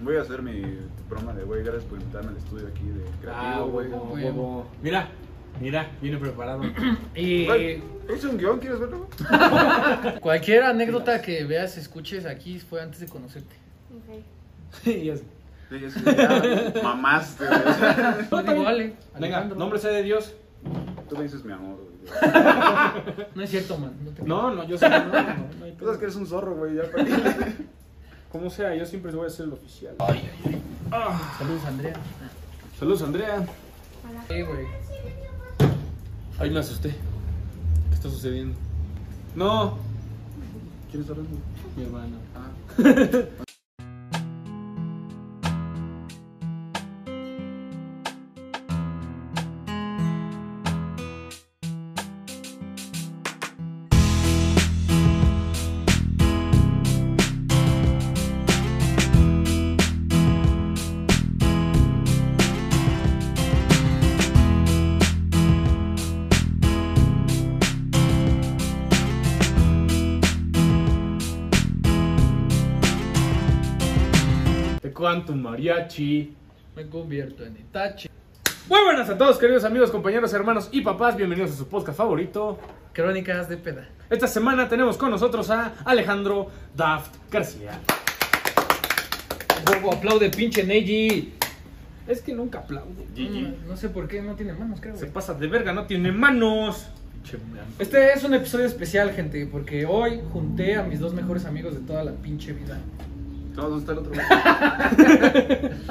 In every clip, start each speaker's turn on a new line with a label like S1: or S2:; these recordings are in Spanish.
S1: Voy a hacer mi broma de, güey, gracias por invitarme al estudio aquí de
S2: Ah,
S1: creativo, güey.
S2: huevo,
S1: Güey,
S2: huevo. Mira, mira, viene preparado.
S3: Y
S1: hice un guión, ¿quieres verlo?
S3: cualquier anécdota que veas, escuches aquí fue antes de conocerte.
S4: Ok.
S2: Y así.
S1: Sí, yo sí, ya, mamaste, güey. O sea,
S3: No digo, vale,
S2: Venga,
S3: Alejandro.
S2: nombre sea de Dios.
S1: Tú me dices mi amor, güey.
S3: No es cierto, man. No te
S2: No, no, yo sé. No, no, no hay
S1: Tú sabes que
S2: pedo.
S1: eres un zorro, güey, ya para qué.
S2: Como sea, yo siempre voy a ser el oficial.
S3: Saludos, Andrea.
S2: Saludos, Andrea.
S4: Hola.
S3: Sí, güey.
S2: Ay, me asusté. ¿Qué está sucediendo? No,
S1: ¿Quién está hablando?
S2: mi hermano.
S1: Ah.
S2: Ah. Te cuento mariachi.
S3: Me convierto en Itachi.
S2: Muy buenas a todos, queridos amigos, compañeros, hermanos y papás. Bienvenidos a su podcast favorito.
S3: Crónicas de peda.
S2: Esta semana tenemos con nosotros a Alejandro Daft García.
S3: Bobo, aplaude, pinche Neji.
S2: Es que nunca aplaude.
S3: No, no sé por qué, no tiene manos, creo.
S2: Se
S3: güey.
S2: pasa de verga, no tiene manos. Pinche
S3: Este es un episodio especial, gente, porque hoy junté a mis dos mejores amigos de toda la pinche vida.
S1: No, ¿dónde está el otro? güey?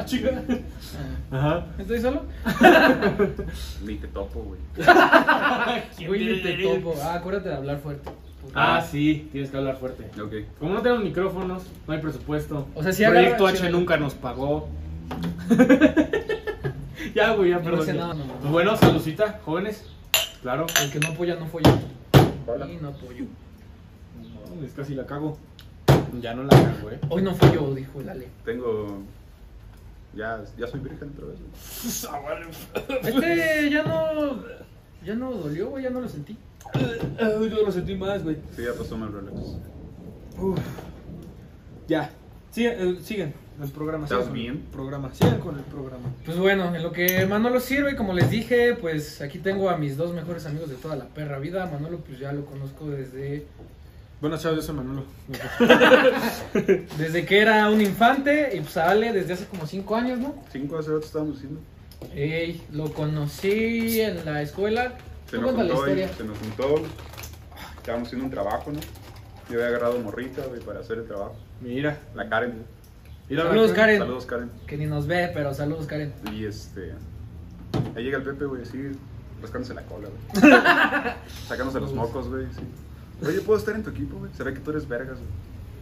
S2: chica.
S3: Ah,
S2: Ajá.
S3: ¿Estoy solo?
S1: Ni te topo, güey.
S3: Willy te topo. Ah, acuérdate de hablar fuerte.
S2: Ah, sí, tienes que hablar fuerte.
S1: Ok.
S2: Como no tenemos micrófonos, no hay presupuesto.
S3: O sea, sí
S2: Proyecto
S3: agarra-
S2: H
S3: sí.
S2: nunca nos pagó. ya, güey, ya,
S3: No
S2: perdón.
S3: sé
S2: ya.
S3: nada, no, no.
S2: Pues Bueno, saludcita, jóvenes. Claro.
S3: Ah, El que no apoya, no folla.
S1: Hola.
S3: Y no apoyo.
S2: No, es casi la cago. Ya no la cago, eh.
S3: Hoy no follo, dijo el Ale.
S1: Tengo. Ya, ya soy virgen otra vez. güey.
S3: Este ya no. Ya no dolió, güey, ya no lo sentí.
S2: Ay, yo lo sentí más, güey.
S1: Sí, ya pasó mal relax.
S2: Uf. Ya. Sigan, eh, sigan el programa.
S1: ¿Estás
S2: sigan con
S1: bien?
S2: el Programa. Sigan con el programa.
S3: Pues bueno, en lo que Manolo sirve, como les dije, pues aquí tengo a mis dos mejores amigos de toda la perra vida. Manolo, pues ya lo conozco desde,
S2: Buenas tardes, yo soy Manolo.
S3: desde que era un infante. Y pues a Ale desde hace como cinco años, ¿no?
S1: Cinco hace rato estábamos diciendo.
S3: Ey, lo conocí en la escuela.
S1: Se
S3: Tú
S1: nos
S3: cuenta la
S1: juntó,
S3: historia.
S1: ahí, se nos juntó. Estábamos haciendo un trabajo, ¿no? Yo había agarrado morrita, güey, para hacer el trabajo.
S2: Mira.
S1: La Karen. güey.
S2: Mira,
S3: Saludos, Karen.
S1: Saludos, Karen.
S3: Que ni nos ve, pero saludos, Karen.
S1: Y este. Ahí llega el Pepe, güey, así, rascándose la cola, güey. Sacándose los mocos, güey, sí. Oye, ¿puedo estar en tu equipo, güey? Se ve que tú eres vergas, güey.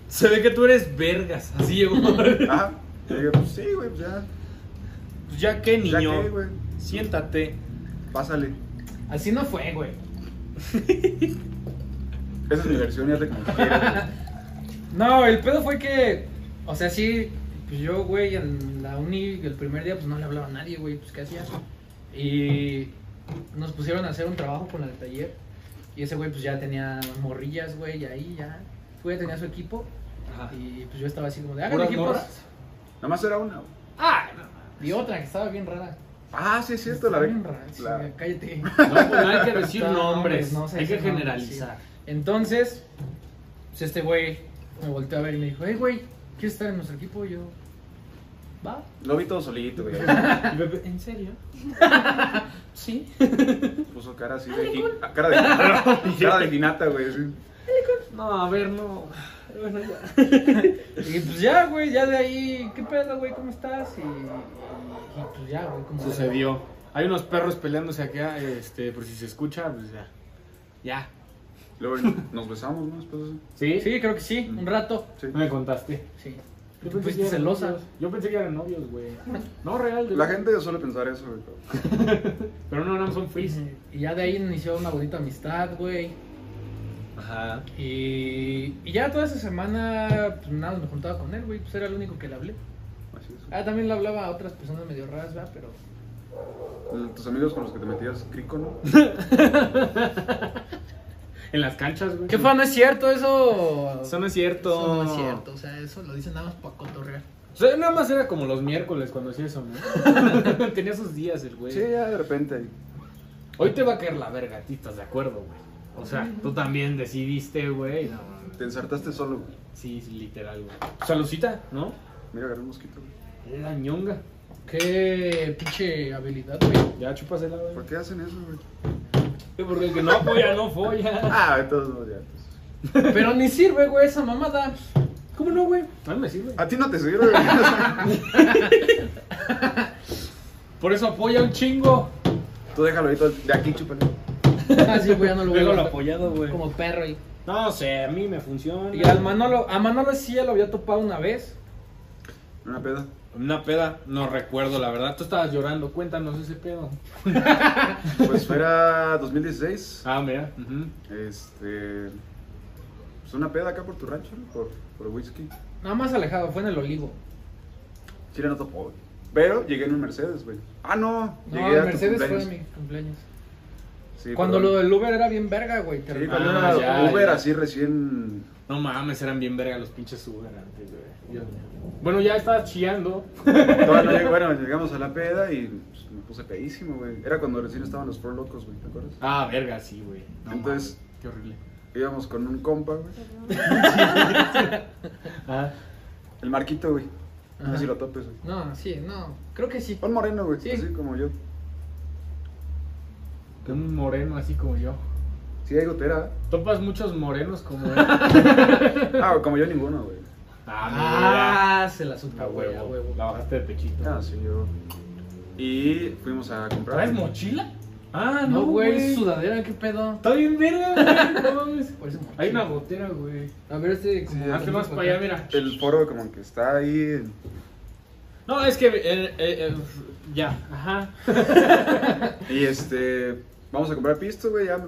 S2: Se ve que tú eres vergas. Así llegó.
S1: Ah, y yo, pues sí, güey, pues ya.
S2: Pues ya qué,
S1: Ya
S2: niño.
S1: qué, güey.
S2: Siéntate.
S1: Pásale.
S3: Así no fue, güey.
S1: Esa es mi versión, hazle como quieras, güey.
S3: No, el pedo fue que, o sea, sí, pues yo, güey, en la uni, el primer día, pues no le hablaba a nadie, güey, pues qué hacía. Y nos pusieron a hacer un trabajo con la del taller. Y ese güey, pues ya tenía morrillas, güey, y ahí ya. Güey, tenía su equipo.
S1: Ah.
S2: Ajá.
S3: Y pues yo estaba así como de, hagan
S2: ¿Puras
S3: equipos.
S2: morras?
S1: Nada más era una. güey.
S3: Ah, no. Y otra que estaba bien rara.
S1: Ah, sí, es cierto,
S3: Estaba
S1: la
S3: bien
S1: ve.
S3: rara, sí,
S1: la-
S3: Cállate.
S2: No, pues, no hay que decir
S3: No,
S2: nombres.
S3: nombres, no sé
S2: hay que
S3: decir nombres,
S2: generalizar.
S3: Entonces, pues este güey me volteó a ver y me dijo, hey, güey, ¿quieres estar en nuestro equipo? Y yo, va.
S1: Lo vi todo solito, güey.
S2: Y Pepe, ¿En serio?
S3: Sí.
S1: Puso cara así de. gi- ah, Cara de. Cara de ginata, güey. sí.
S2: No, a ver, no. Bueno, ya.
S3: Y pues ya, güey, ya de ahí, ¿qué pedo, güey? ¿Cómo estás? Y, y pues ya, güey, como...
S2: Sucedió. Hay unos perros peleándose acá, este, por si se escucha, pues ya. Ya.
S1: Luego nos besamos, ¿no? Después de eso.
S2: ¿Sí?
S3: Sí, creo que sí, un rato.
S1: Sí.
S2: No me contaste.
S3: Sí.
S2: Yo
S3: Tú
S2: pensé
S3: fuiste
S2: que eran
S3: celosa.
S2: novios. Yo pensé que eran novios, güey. No, real. de
S1: La
S2: verdad.
S1: gente suele pensar eso, güey. pero-
S2: Pero no, no, son felices.
S3: Y, y ya de ahí inició una bonita amistad, güey.
S2: Ajá.
S3: Y, y ya toda esa semana, pues nada, me juntaba con él, güey. Pues era el único que le hablé.
S1: Así es.
S3: Ah, también le hablaba a otras personas medio raras, ¿verdad? Pero...
S1: Tus amigos con los que te metías crico, ¿no?
S2: En las canchas, güey.
S3: ¿Qué fue? No es cierto, eso...
S2: Eso no es cierto.
S3: Eso no es cierto, o sea, eso lo dicen nada más para cotorrear.
S2: sea, nada más era como los miércoles cuando hacía eso, ¿no? Tenía sus días el güey.
S1: Sí, ya de repente.
S2: Hoy te va a caer la verga, a ti estás de acuerdo, güey. O sea, tú también decidiste, güey. No, mames.
S1: Te ensartaste solo, güey.
S2: Sí, sí, literal, güey. Salucita, ¿no?
S1: Mira, agarré un mosquito, güey.
S2: La ñonga.
S3: Qué pinche habilidad, güey.
S2: Ya chúpasela, güey.
S1: ¿Por qué hacen eso, güey?
S2: Sí, Porque el que no apoya, no folla.
S1: Ah, entonces no, ya. entonces.
S3: Pero ni sirve, güey, esa mamada.
S2: ¿Cómo no, güey? A mí me sirve.
S1: A ti no te sirve, güey.
S2: Por eso apoya un chingo.
S1: Tú déjalo ahí todo. De aquí, chúpale.
S3: Así, Ah, güey, ya no lo voy a
S2: Luego lo
S3: gastar.
S2: apoyado, güey.
S3: Como perro y.
S2: No sé, a mí me funciona.
S3: Y al Manolo, a Manolo sí ya lo había topado una vez.
S1: Una peda.
S2: Una peda, no recuerdo, la verdad. Tú estabas llorando, cuéntanos ese pedo.
S1: Pues fuera 2016.
S2: Ah, mira.
S1: Este. Pues una peda acá por tu rancho, ¿no? por, por whisky.
S3: Nada más alejado, fue en el olivo.
S1: Chile no topó, güey. Pero llegué en un Mercedes, güey. Ah, no.
S3: No,
S1: llegué a
S3: el
S1: tu
S3: Mercedes fue de
S1: cumpleaños.
S3: mi cumpleaños.
S1: Sí,
S3: Cuando
S1: perdón.
S3: lo del Uber era bien verga, güey. te
S1: Sí,
S3: recuerdo.
S1: cuando
S2: Ah,
S1: era
S2: ya,
S1: Uber
S2: ya.
S1: así recién.
S2: No mames, eran bien verga los pinches Uber antes, güey. Yo- Bueno, ya estabas chillando.
S1: Todavía no llegué- bueno, llegamos a la peda y pues, me puse pedísimo, güey. Era cuando recién estaban los pro locos, güey, ¿te acuerdas?
S2: Ah, verga, sí, güey. No
S1: Entonces-
S2: mames, qué horrible.
S1: Íbamos con un compa, güey.
S2: Ah,
S1: El Marquito, güey. No
S3: Ajá.
S1: sé si lo topes, güey.
S3: No, sí, no. Creo que sí.
S1: Un moreno, güey.
S3: Sí.
S1: Así como yo.
S2: un moreno así como yo.
S1: Sí, hay gotera.
S2: Topas muchos morenos como él.
S1: ¿eh? Ah, como yo ninguno, güey.
S2: Ah,
S3: Ah, se la
S2: mira.
S3: supo,
S2: A
S3: güey, a
S2: huevo.
S3: huevo.
S2: La bajaste de pechito.
S1: Ah, sí, yo. Y fuimos a comprar.
S2: ¿Traes mochila? Ah,
S3: No, güey, sudadera, qué pedo.
S2: Está bien verga, güey. No mames.
S3: Parece mochila.
S2: Hay una gotera, güey.
S3: A ver, este.
S1: Sí,
S2: Hazte más Ah, para allá, mira.
S1: El foro como que está ahí.
S2: No, es que. eh, eh, eh, ya, ajá.
S1: Y este. Vamos a comprar pisto, güey. Ya,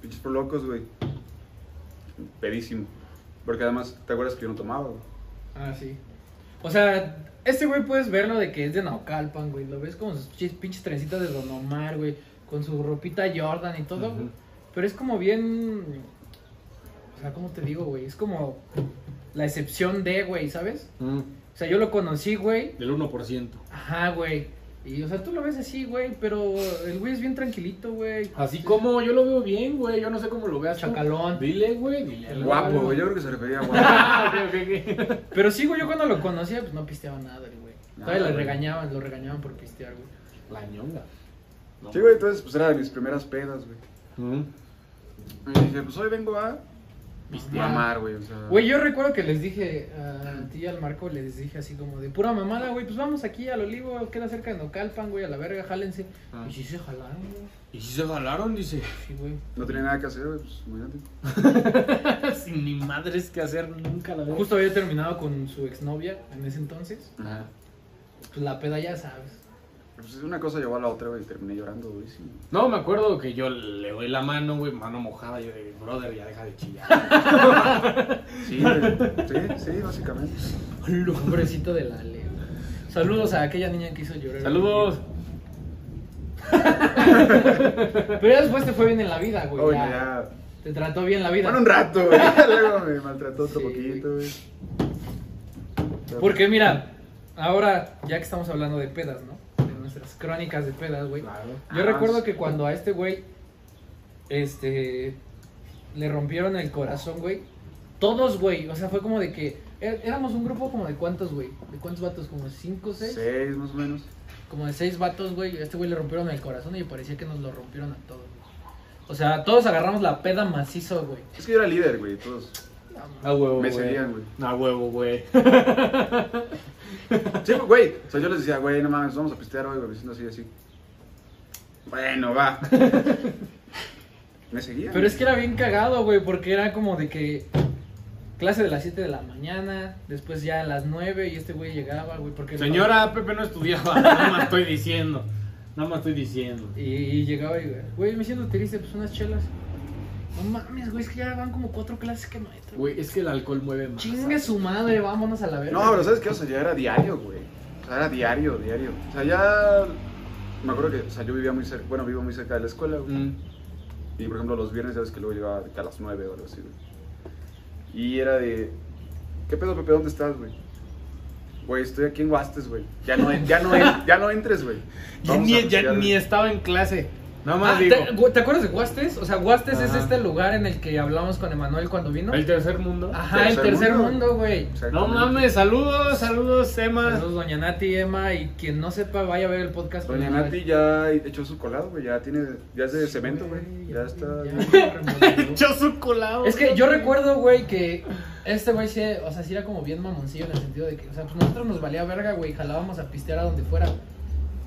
S1: pinches por locos, güey. Pedísimo. Porque además, ¿te acuerdas que yo no tomaba, güey?
S3: Ah, sí. O sea, este güey puedes verlo de que es de Naucalpan, güey. Lo ves con sus chis- pinches trencitas de Don Omar, güey. Con su ropita Jordan y todo.
S2: Ujú.
S3: güey. Pero es como bien. O sea, ¿cómo te digo, güey? Es como la excepción de, güey, ¿sabes? O sea, yo lo conocí, güey.
S2: Mm, Del 1%.
S3: Ajá, güey. Y, o sea, tú lo ves así, güey. Pero el güey es bien tranquilito, güey.
S2: Así como yo lo veo bien, güey. Yo no sé cómo lo veas. tú.
S3: Chacalón.
S2: Dile, güey. Dile. algo.
S1: Guapo, güey. Yo creo que se refería a guapo.
S2: Ah, ok, ok, ok.
S3: Pero sí, güey, yo cuando lo conocía, pues no pisteaba nada, el güey.
S1: Ah,
S3: Todavía lo
S1: güey.
S3: regañaban, lo regañaban por pistear, güey.
S2: La ñonga. No.
S1: Sí, güey. Entonces, pues era de mis primeras pedas, güey.
S2: Mm.
S1: Y dije, pues hoy vengo a
S3: Pistear.
S1: mamar, güey. O sea,
S3: Güey, yo recuerdo que les dije a ti y al Marco, les dije así como de pura mamada, güey, pues vamos aquí al olivo, queda cerca de Nocalpan, güey, a la verga, jálense.
S2: Ah.
S3: Y sí se jalaron, güey.
S2: Y si se jalaron, dice.
S3: Sí, güey.
S1: no tenía nada que hacer, güey. Pues imagínate.
S2: Sin ni madres que hacer nunca la veo.
S3: Justo había terminado con su exnovia en ese entonces.
S2: Ajá.
S3: Pues la peda ya sabes.
S1: Pues una cosa llevó a la otra, güey. Y terminé llorando, güey. Sí.
S2: No, me acuerdo que yo le doy la mano, güey, mano mojada, yo de brother, ya deja de chillar.
S1: Sí, güey. Sí, sí, básicamente.
S3: Pobrecito de la ley. Saludos a aquella niña que hizo llorar.
S2: Saludos.
S3: Pero ya después te fue bien en la vida, güey.
S1: Oye,
S3: ya.
S1: Oh, ya.
S3: Te trató bien la vida.
S1: Bueno, un rato, güey. Luego me maltrató otro
S3: Sí.
S1: poquito, güey.
S3: Porque mira, ahora ya que estamos hablando de pedas, ¿no? De nuestras crónicas de pedas, güey.
S2: Claro.
S3: Yo
S1: Ah,
S3: recuerdo
S1: sí.
S3: que cuando a este güey, este, le rompieron el corazón, güey. Todos, güey. O sea, fue como de que é- éramos un grupo como de cuántos, güey. ¿De cuántos vatos? Como de cinco, seis.
S1: pues, Seis, más o menos.
S3: Como de seis vatos, güey. A este güey le rompieron el corazón y parecía que nos lo rompieron a todos. güey. O sea, todos agarramos la peda macizo, güey.
S1: Es que yo era líder, güey. Todos
S2: A huevo,
S1: me
S2: güey.
S1: seguían, güey.
S2: A huevo, güey.
S1: Sí, pues, güey. O sea, yo les decía, güey, no mames, vamos a pistear hoy, güey. Diciendo así, así. Bueno, va. me seguían.
S3: Pero es que era bien cagado, güey, porque era como de que clase de las 7 de la mañana, después ya a las 9 y este güey llegaba, güey, porque...
S2: Señora, Pepe no estudiaba, nada más estoy diciendo. Nada más estoy diciendo.
S3: Y, y llegaba y, güey, me siento triste, pues unas chelas. No mames, güey, es que ya van como cuatro clases que maestro.
S2: Güey, es que el alcohol mueve más.
S3: Chingue su madre, vámonos a la verga.
S1: No, pero ¿sabes qué? O sea, ya era diario, güey. O sea, era diario, diario. O sea, ya... Me acuerdo que, o sea, yo vivía muy cerca, bueno, vivo muy cerca de la escuela, güey.
S2: Mm.
S1: Y por ejemplo, los viernes ya ves que luego llegaba de que a las 9 o algo así, güey. Y era de. ¿Qué pedo, Pepe? ¿Dónde estás, güey? Güey, estoy aquí en Guastes, güey. Ya no, en- ya no, en- ya no entres, güey.
S2: Ya
S1: Vamos
S2: ni,
S1: a-
S2: ya
S1: ya-
S2: ni estaba en clase. Nada más
S3: Ah,
S2: digo.
S3: ¿te, gu- te acuerdas de Huastes? O sea, Huastes es
S2: Ajá.
S3: este lugar en el que hablamos con Emanuel cuando vino.
S2: El tercer mundo.
S3: Ajá, el
S1: Tercer
S3: tercer
S1: mundo.
S3: mundo, güey.
S2: Ah, No
S1: Exactamente.
S2: mames, saludos, saludos, Emma.
S3: Saludos, Doña Nati, Emma, y quien no sepa, vaya a ver el podcast.
S1: Doña
S3: primero.
S1: Nati ya echó su colado, güey. Ya tiene, ya es de cemento, güey. Ya está.
S3: ya remodeló.
S2: Yo su colado.
S3: Es que yo recuerdo, güey, que este güey sí, o sea, sí era como bien mamoncillo en el sentido de que, o sea, pues nosotros nos valía verga, güey, jalábamos a pistear a donde fuera.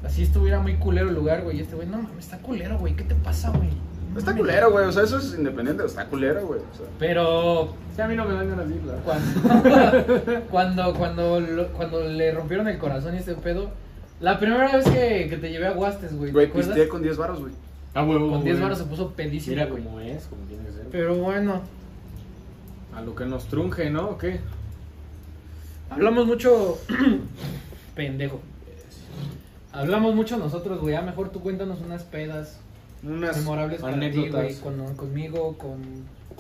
S3: Así estuviera muy culero el lugar, güey, y este güey, no mames, está culero, güey, ¿qué te pasa, güey? No
S1: Está
S3: mames.
S1: culero, güey. O sea, eso es independiente. Está culero, güey. O sea,
S3: Pero
S2: Sí, a mí no me dan ganas de ir, la verdad.
S3: cuando, cuando, cuando, lo- cuando le rompieron el corazón y este pedo, la primera vez que, que te llevé a Guastes, güey, ¿te
S1: güey,
S3: acuerdas?
S1: pisteé con 10 baros, güey.
S2: Ah, huevo.
S3: Con 10
S2: güey.
S3: baros se puso pedísimo,
S2: Mira
S3: güey.
S2: cómo es, como tiene que ser.
S3: Pero bueno,
S2: A lo que nos trunje, ¿no? ¿O qué?
S3: hablamos mucho. Pendejo. Hablamos mucho nosotros, güey. Ah, mejor tú cuéntanos unas pedas
S2: Unas
S3: memorables para ti,
S2: anécdotas
S3: güey. Con, conmigo, con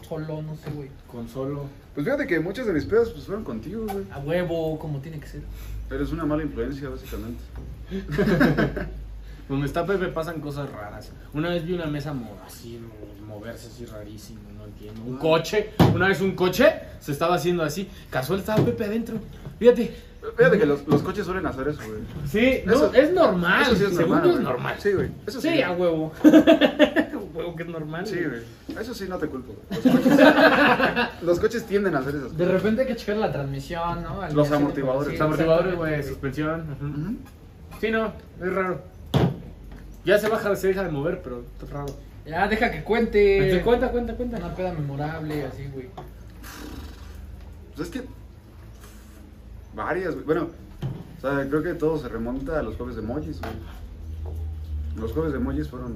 S3: solo, no sé, güey.
S2: con solo.
S1: Pues fíjate que muchas de mis pedas pues, fueron contigo, güey.
S3: A huevo, como tiene que ser.
S1: Pero es una mala influencia, básicamente.
S2: Donde está Pepe pasan cosas raras. Una vez vi una mesa mo- así, mo- moverse así rarísimo, no entiendo. Un coche, una vez un coche se estaba haciendo así. Casual estaba Pepe adentro. Fíjate.
S1: Fíjate que los, los coches suelen hacer eso, güey.
S2: Sí, no,
S1: Eso-
S2: es normal.
S1: Eso sí es
S2: Según
S1: normal.
S2: yo es
S1: güey.
S2: normal.
S1: Sí, güey. Eso sí.
S2: Sí, a huevo. huevo que es normal.
S1: Sí, güey. Eso sí, no te culpo. güey. Los coches, los coches tienden a hacer esas
S3: De
S1: cosas.
S3: repente hay que checar la transmisión, ¿no? Al
S1: Los
S3: día siguiente,
S1: amortiguadores.
S3: sí,
S2: Los amortiguadores, güey,
S3: exactamente,
S2: suspensión. ajá.
S1: Ujú.
S2: Sí, no, es raro. Ya se baja, se deja de mover, pero es raro.
S3: Ya, deja que cuente.
S2: Este, cuenta, cuenta, cuenta.
S3: Una peda memorable, así, güey.
S1: Pues es que. Varias, güey. Bueno, o sea, creo que todo se remonta a los jueves de Mollis, güey. Los jueves de Mollis fueron.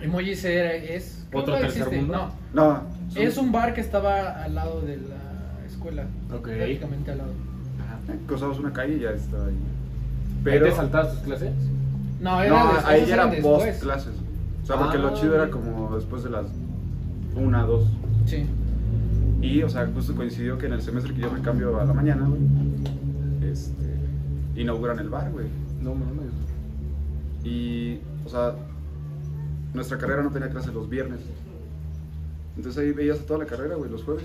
S3: Emojis era, es. creo
S2: ¿Otro
S3: que
S2: tercer mundo?
S3: No.
S1: No, son-
S3: Es un bar que estaba al lado de la escuela.
S2: Ok.
S3: Prácticamente al lado.
S2: Ajá.
S1: Cruzamos una calle y ya está ahí.
S2: Pero...
S1: Pero.
S2: ¿Te saltabas tus clases?
S3: No, era
S1: No,
S3: des-
S1: ahí
S3: esos
S1: ya
S3: eran
S1: era post
S3: después.
S1: clases. O sea, porque
S2: Ah.
S1: lo chido era como después de las una, dos.
S3: Sí.
S1: Y, o sea, justo coincidió que en el semestre que yo me cambio a la mañana, güey, este, inauguran el bar, güey.
S2: No, mames.
S1: Y, o sea, nuestra carrera no tenía clases los viernes. Entonces ahí veías a toda la carrera, güey, los jueves.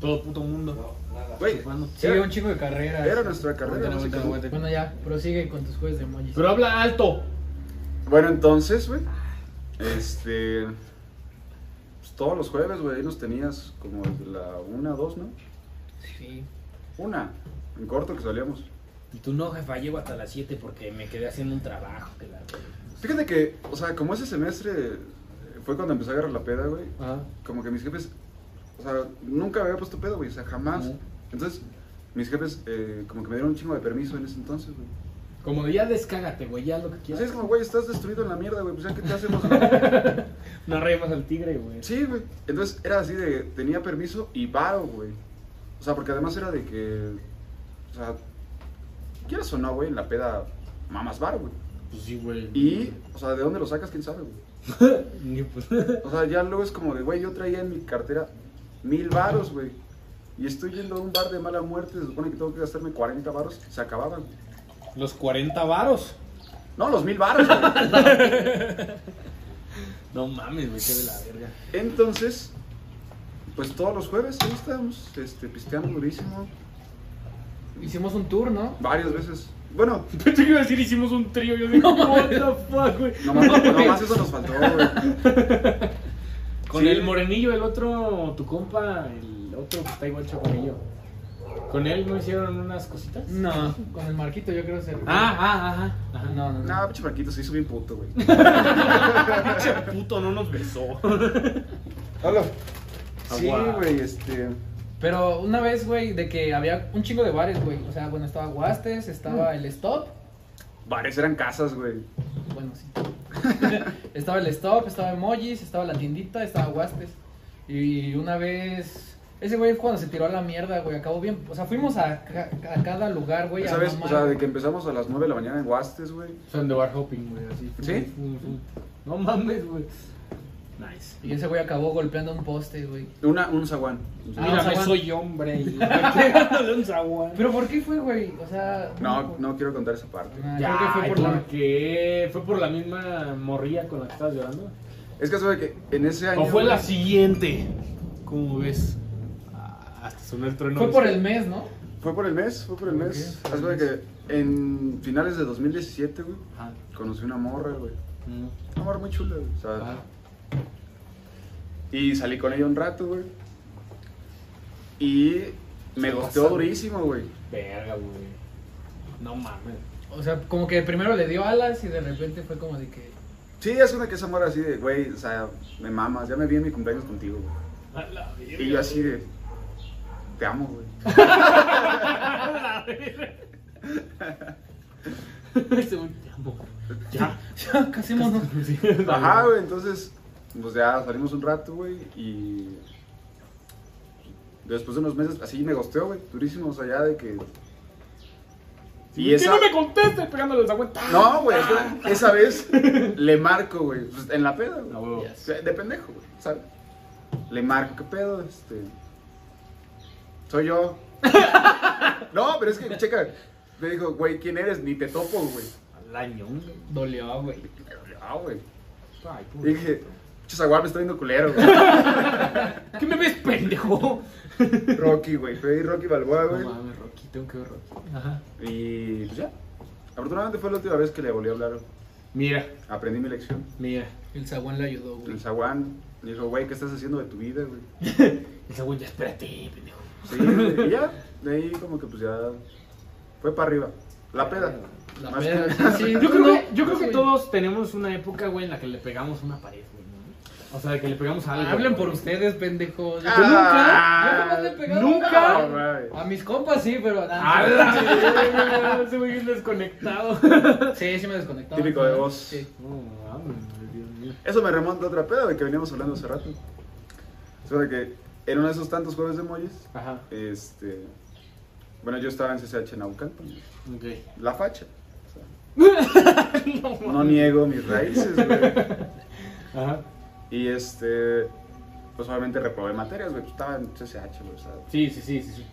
S2: Todo puto mundo.
S1: Güey,
S2: Ah, Chupando.
S3: Sí,
S1: Era-
S3: un chingo de carreras.
S1: era nuestra carrera.
S2: Aguanta, aguanta,
S1: básicamente.
S2: aguanta.
S3: Bueno, ya, prosigue con tus juegos de emojis.
S2: Pero habla alto.
S1: Bueno, entonces, güey, este, pues, todos los jueves, güey, ahí nos tenías como desde la una, dos, ¿no?
S3: Sí.
S1: Una, en corto que salíamos.
S4: Y tú no, jefa, llego hasta las 7 porque me quedé haciendo un trabajo. Que la...
S1: Fíjate que, o sea, como ese semestre eh, fue cuando empecé a agarrar la peda, güey,
S2: Ajá.
S1: como que mis jefes, o sea, nunca había puesto pedo, güey, o sea, jamás.
S2: Ujú.
S1: Entonces, mis jefes eh, como que me dieron un chingo de permiso en ese entonces, güey.
S2: Como de ya descágate, güey, ya lo que
S1: Y así es
S2: quieras.
S1: como, güey, estás destruido en la mierda, güey, pues ya, ¿qué te hacemos? güey?
S2: No reímos al tigre, güey.
S1: sí, güey. Entonces, era así de, tenía permiso y varo, güey. O sea, porque además era de que, o sea, quieras o no, güey, en la peda mamas varo, güey.
S2: Pues sí, güey.
S1: Y, o sea, ¿de dónde lo sacas? ¿Quién sabe, güey?
S2: Ni pues.
S1: O sea, ya luego es como de, güey, yo traía en mi cartera mil varos, güey. Y estoy yendo a un bar de mala muerte, se supone que tengo que gastarme 40 varos, se acababan.
S2: Los 40 varos.
S1: No, los mil varos, güey.
S2: No mames, güey, qué de la verga.
S1: Entonces, pues todos los jueves ahí estábamos, este, pisteando durísimo,
S3: Hicimos un tour, ¿no?
S1: varias veces. Bueno,
S2: Pensé que iba a decir hicimos un trío. Yo dije, what the fuck, güey.
S1: nomás, nomás eso nos faltó, güey.
S2: Con
S1: Sí.
S2: el morenillo, el otro, tu compa, el otro que está igual chaparrillo. ¿Con él no hicieron unas cositas?
S3: No. Con el marquito, yo creo que se.
S2: Ah, ah, ah, ah.
S3: No, no, no.
S1: Nah, pinche Marquito se hizo bien puto, güey.
S2: Pinche puto no nos besó.
S1: Hola. Sí,
S2: Agua.
S1: güey, este.
S3: Pero una vez, güey, de que había un chingo de bares, güey. O sea, bueno, estaba Guastes,
S1: Ah.
S3: estaba el Stop.
S1: Bares eran casas, güey.
S3: Bueno, sí. estaba el Stop, estaba Emojis, estaba la tiendita, estaba Guastes. Y una vez. Ese güey fue cuando se tiró a la mierda, güey. Acabó bien. O sea, fuimos a, ca- a cada lugar, güey. a
S1: ¿Sabes? O
S3: mamar.
S1: sea, de que empezamos a las 9 de la mañana en Huastes, güey.
S2: Son de bar hopping, güey, así.
S1: ¿Sí?
S2: Fum, fum, fum. No mames, güey. Nice.
S3: Y ese güey acabó golpeando un poste, güey.
S1: Una, un zaguán. Un zaguán.
S3: Ah, un
S4: Mírame,
S3: zaguán.
S4: soy hombre. Y pegándole un zaguán.
S3: Pero ¿por qué fue, güey? O sea.
S1: No, no quiero contar esa parte.
S3: Ah,
S2: Ya,
S3: creo que fue por la.
S2: qué? ¿Fue por la misma morría con la que estabas llorando?
S1: Es que sabe que en ese año.
S2: ¿O fue la
S1: güey,
S2: siguiente? ¿Cómo ves? Ah, Hasta sonó el trueno.
S3: Fue por el mes, ¿no?
S1: Fue por el mes, fue por el
S3: Ok,
S1: mes.
S3: fue
S1: Haz
S3: el
S1: cuenta que en finales de 2017, güey,
S2: Ajá.
S1: conocí una morra, güey.
S2: Mm.
S1: Una morra muy chula, güey. O sea,
S2: Ah.
S1: Y salí con ella un rato, güey. Y me
S2: Se
S1: gosteó
S2: pasa.
S1: durísimo, güey.
S2: Verga, güey. No mames.
S3: O sea, como que primero le dio alas y de repente fue como de que.
S1: Sí, es una que esa morra así de, güey, o sea, me mamas, ya me vi en mi cumpleaños contigo, güey.
S2: A la verga,
S1: Y yo así de, te amo, güey.
S2: güey. Ese güey, te amo. Ya.
S3: Ya, casémonos.
S1: Ajá, güey, entonces, pues ya salimos un rato, güey, y después de unos meses, así me gosteó, güey, durísimo, o sea, ya de que...
S2: ¿Y esa... no me conteste pegándole los agüentas?
S1: No, güey, esa- esa vez le marco, güey, pues, en la peda, güey.
S2: No, huevo.
S1: O sea, De pendejo, güey, ¿sabes? Le marco, ¿qué pedo? Este... Soy yo. no, pero es que, checa, me dijo, güey, ¿quién eres? Ni te topo, güey.
S2: Al año, güey.
S3: Dolió, güey.
S1: Me dolió, güey.
S2: Ay, puto.
S1: Dije, chasaguar, me está viendo culero, güey.
S2: ¿Qué me ves, pendejo?
S1: Rocky, güey. Fue Rocky Balboa, güey.
S2: No mames, Rocky, tengo que ver Rocky. Ajá.
S1: y pues ya. Afortunadamente fue la última vez que le volví a hablar.
S2: Mira,
S1: Aprendí mi lección.
S2: mira.
S3: El zaguán le ayudó, güey.
S1: El zaguán me dijo, güey, ¿qué estás haciendo de tu vida, güey?
S2: Ese güey, ya espérate, pendejo.
S1: Sí, güey. y ya. De ahí como que pues ya fue para arriba. La peda.
S3: La
S1: Más
S3: peda.
S1: que-
S3: Sí,
S2: Yo creo, que,
S3: no,
S2: yo creo que
S3: güey.
S2: todos tenemos una época, güey, en la que le pegamos una pared, güey. ¿no? O sea, de que le pegamos a algo.
S3: Hablen
S2: güey.
S3: por ustedes, pendejos. Yo
S1: Ah,
S3: nunca. Yo jamás le he pegado
S2: nunca.
S3: a
S1: No,
S3: nadie.
S1: mames.
S3: A mis compas sí, pero. ah,
S2: A
S3: nada.
S2: la verga, Ah, Ese güey es desconectado.
S3: Sí, sí me desconectaba.
S1: Típico de vos.
S3: Sí.
S2: No mames, Dios mío.
S1: Eso me remonta a otra peda de que veníamos hablando hace rato. Es de que en uno de esos tantos jueves de molles,
S2: Ajá,
S1: este... Bueno, yo estaba en CCH Naucalpan.
S2: ok.
S1: La facha. O sea,
S2: No,
S1: No niego mis raíces, güey.
S2: Ajá.
S1: Y este. Pues obviamente reprobé materias, güey. pues, Estaba en CCH, güey. o sea,
S2: Sí, sí, sí, sí. sí.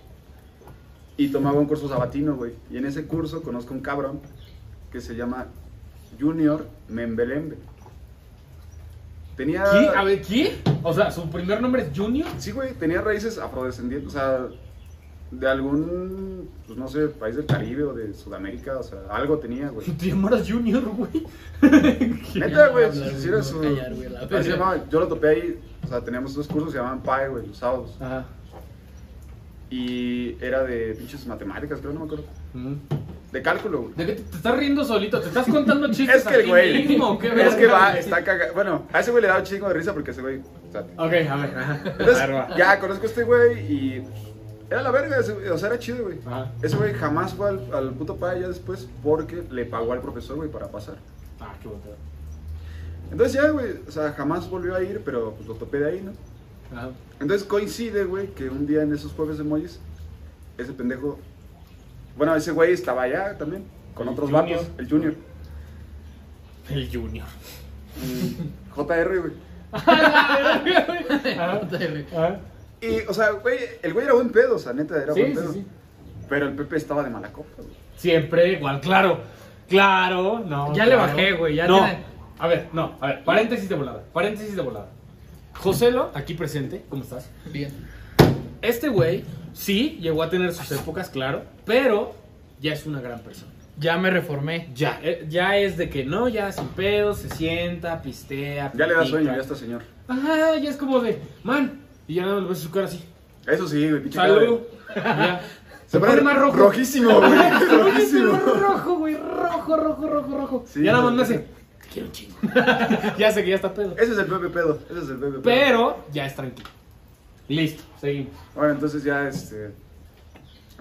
S1: Y tomaba un curso sabatino, güey. Y en ese curso conozco un cabrón que se llama Junior Membelembe. Tenía.
S2: ¿Qué? A ver, ¿qué? O sea, su primer nombre es Junior.
S1: Sí, güey. Tenía raíces afrodescendientes. O sea, de algún. Pues no sé, país del Caribe o de Sudamérica. O sea, algo tenía, güey.
S2: Te llamaras Junior, güey.
S1: Neta,
S3: no
S1: güey.
S3: hablar,
S1: si
S3: güey,
S1: era
S3: no
S1: su.
S3: callar, güey, la
S1: así
S3: verga.
S1: se llamaba, yo lo topé ahí. O sea, teníamos dos cursos, se llamaban PAE, güey, los sábados.
S2: Ajá.
S1: Y era de pinches matemáticas, creo, no me acuerdo. De cálculo, güey.
S2: mm. ¿De qué te, te estás riendo solito? ¿Te estás contando chistes?
S1: Es que el
S2: a ti
S1: güey.
S2: mismo, o qué
S1: Es que
S2: verga?
S1: va, está cagado. Bueno, a ese güey le da un chingo de risa porque ese güey. o sea,
S2: Ok, a ver. ajá.
S1: entonces, ya conozco a este güey y. Era la verga, ese güey, o sea, era chido, güey.
S2: Ajá.
S1: Ese güey jamás fue al, al puto PAE ya después porque le pagó al profesor, güey, para pasar.
S2: Ah, qué bonito.
S1: Entonces ya, güey, o sea, jamás volvió a ir, pero pues lo topé de ahí, ¿no?
S2: Ajá.
S1: Entonces coincide, güey, que un día en esos jueves de Mollis, ese pendejo. Bueno, ese güey estaba allá también, con
S2: El
S1: otros
S2: Junior.
S1: vatos, el Junior.
S2: El Junior.
S1: Mm, JR, güey.
S2: Ajá.
S1: Y, o sea, güey, el güey era buen pedo, o sea, neta, era
S2: Sí,
S1: buen
S2: sí,
S1: pedo.
S2: sí.
S1: Pero el Pepe estaba de mala copa, güey.
S2: Siempre igual, claro. Claro, no.
S3: Ya le
S2: claro.
S3: bajé, güey, ya
S2: no.
S3: tiene-
S2: A ver, no, a ver, paréntesis de volada. Paréntesis de volada. Joselo, aquí presente, ¿cómo estás?
S3: Bien.
S2: Este güey, sí, llegó a tener sus épocas, claro, pero ya es una gran persona.
S3: Ya me reformé.
S2: Ya, eh, ya es de que no, ya sin pedo, se sienta, pistea.
S1: Ya le da
S2: platica.
S1: sueño, ya está señor.
S2: Ajá, ya es como de, man, y ya nada más le ves su cara así.
S1: Eso sí, güey, pinche cara de-
S2: Salud. Ya.
S1: Se pone
S2: más rojo.
S1: Rojísimo, güey. rojísimo.
S2: rojo, güey, rojo, rojo, rojo, rojo.
S1: Sí,
S2: ya nada más
S1: güey.
S2: me hace, "Te quiero un chingo. ya sé que ya está pedo.
S1: Ese es el Pepe pedo, ese es el Pepe pedo.
S2: Pero ya es tranquilo. Listo, seguimos.
S1: Bueno, entonces ya, este...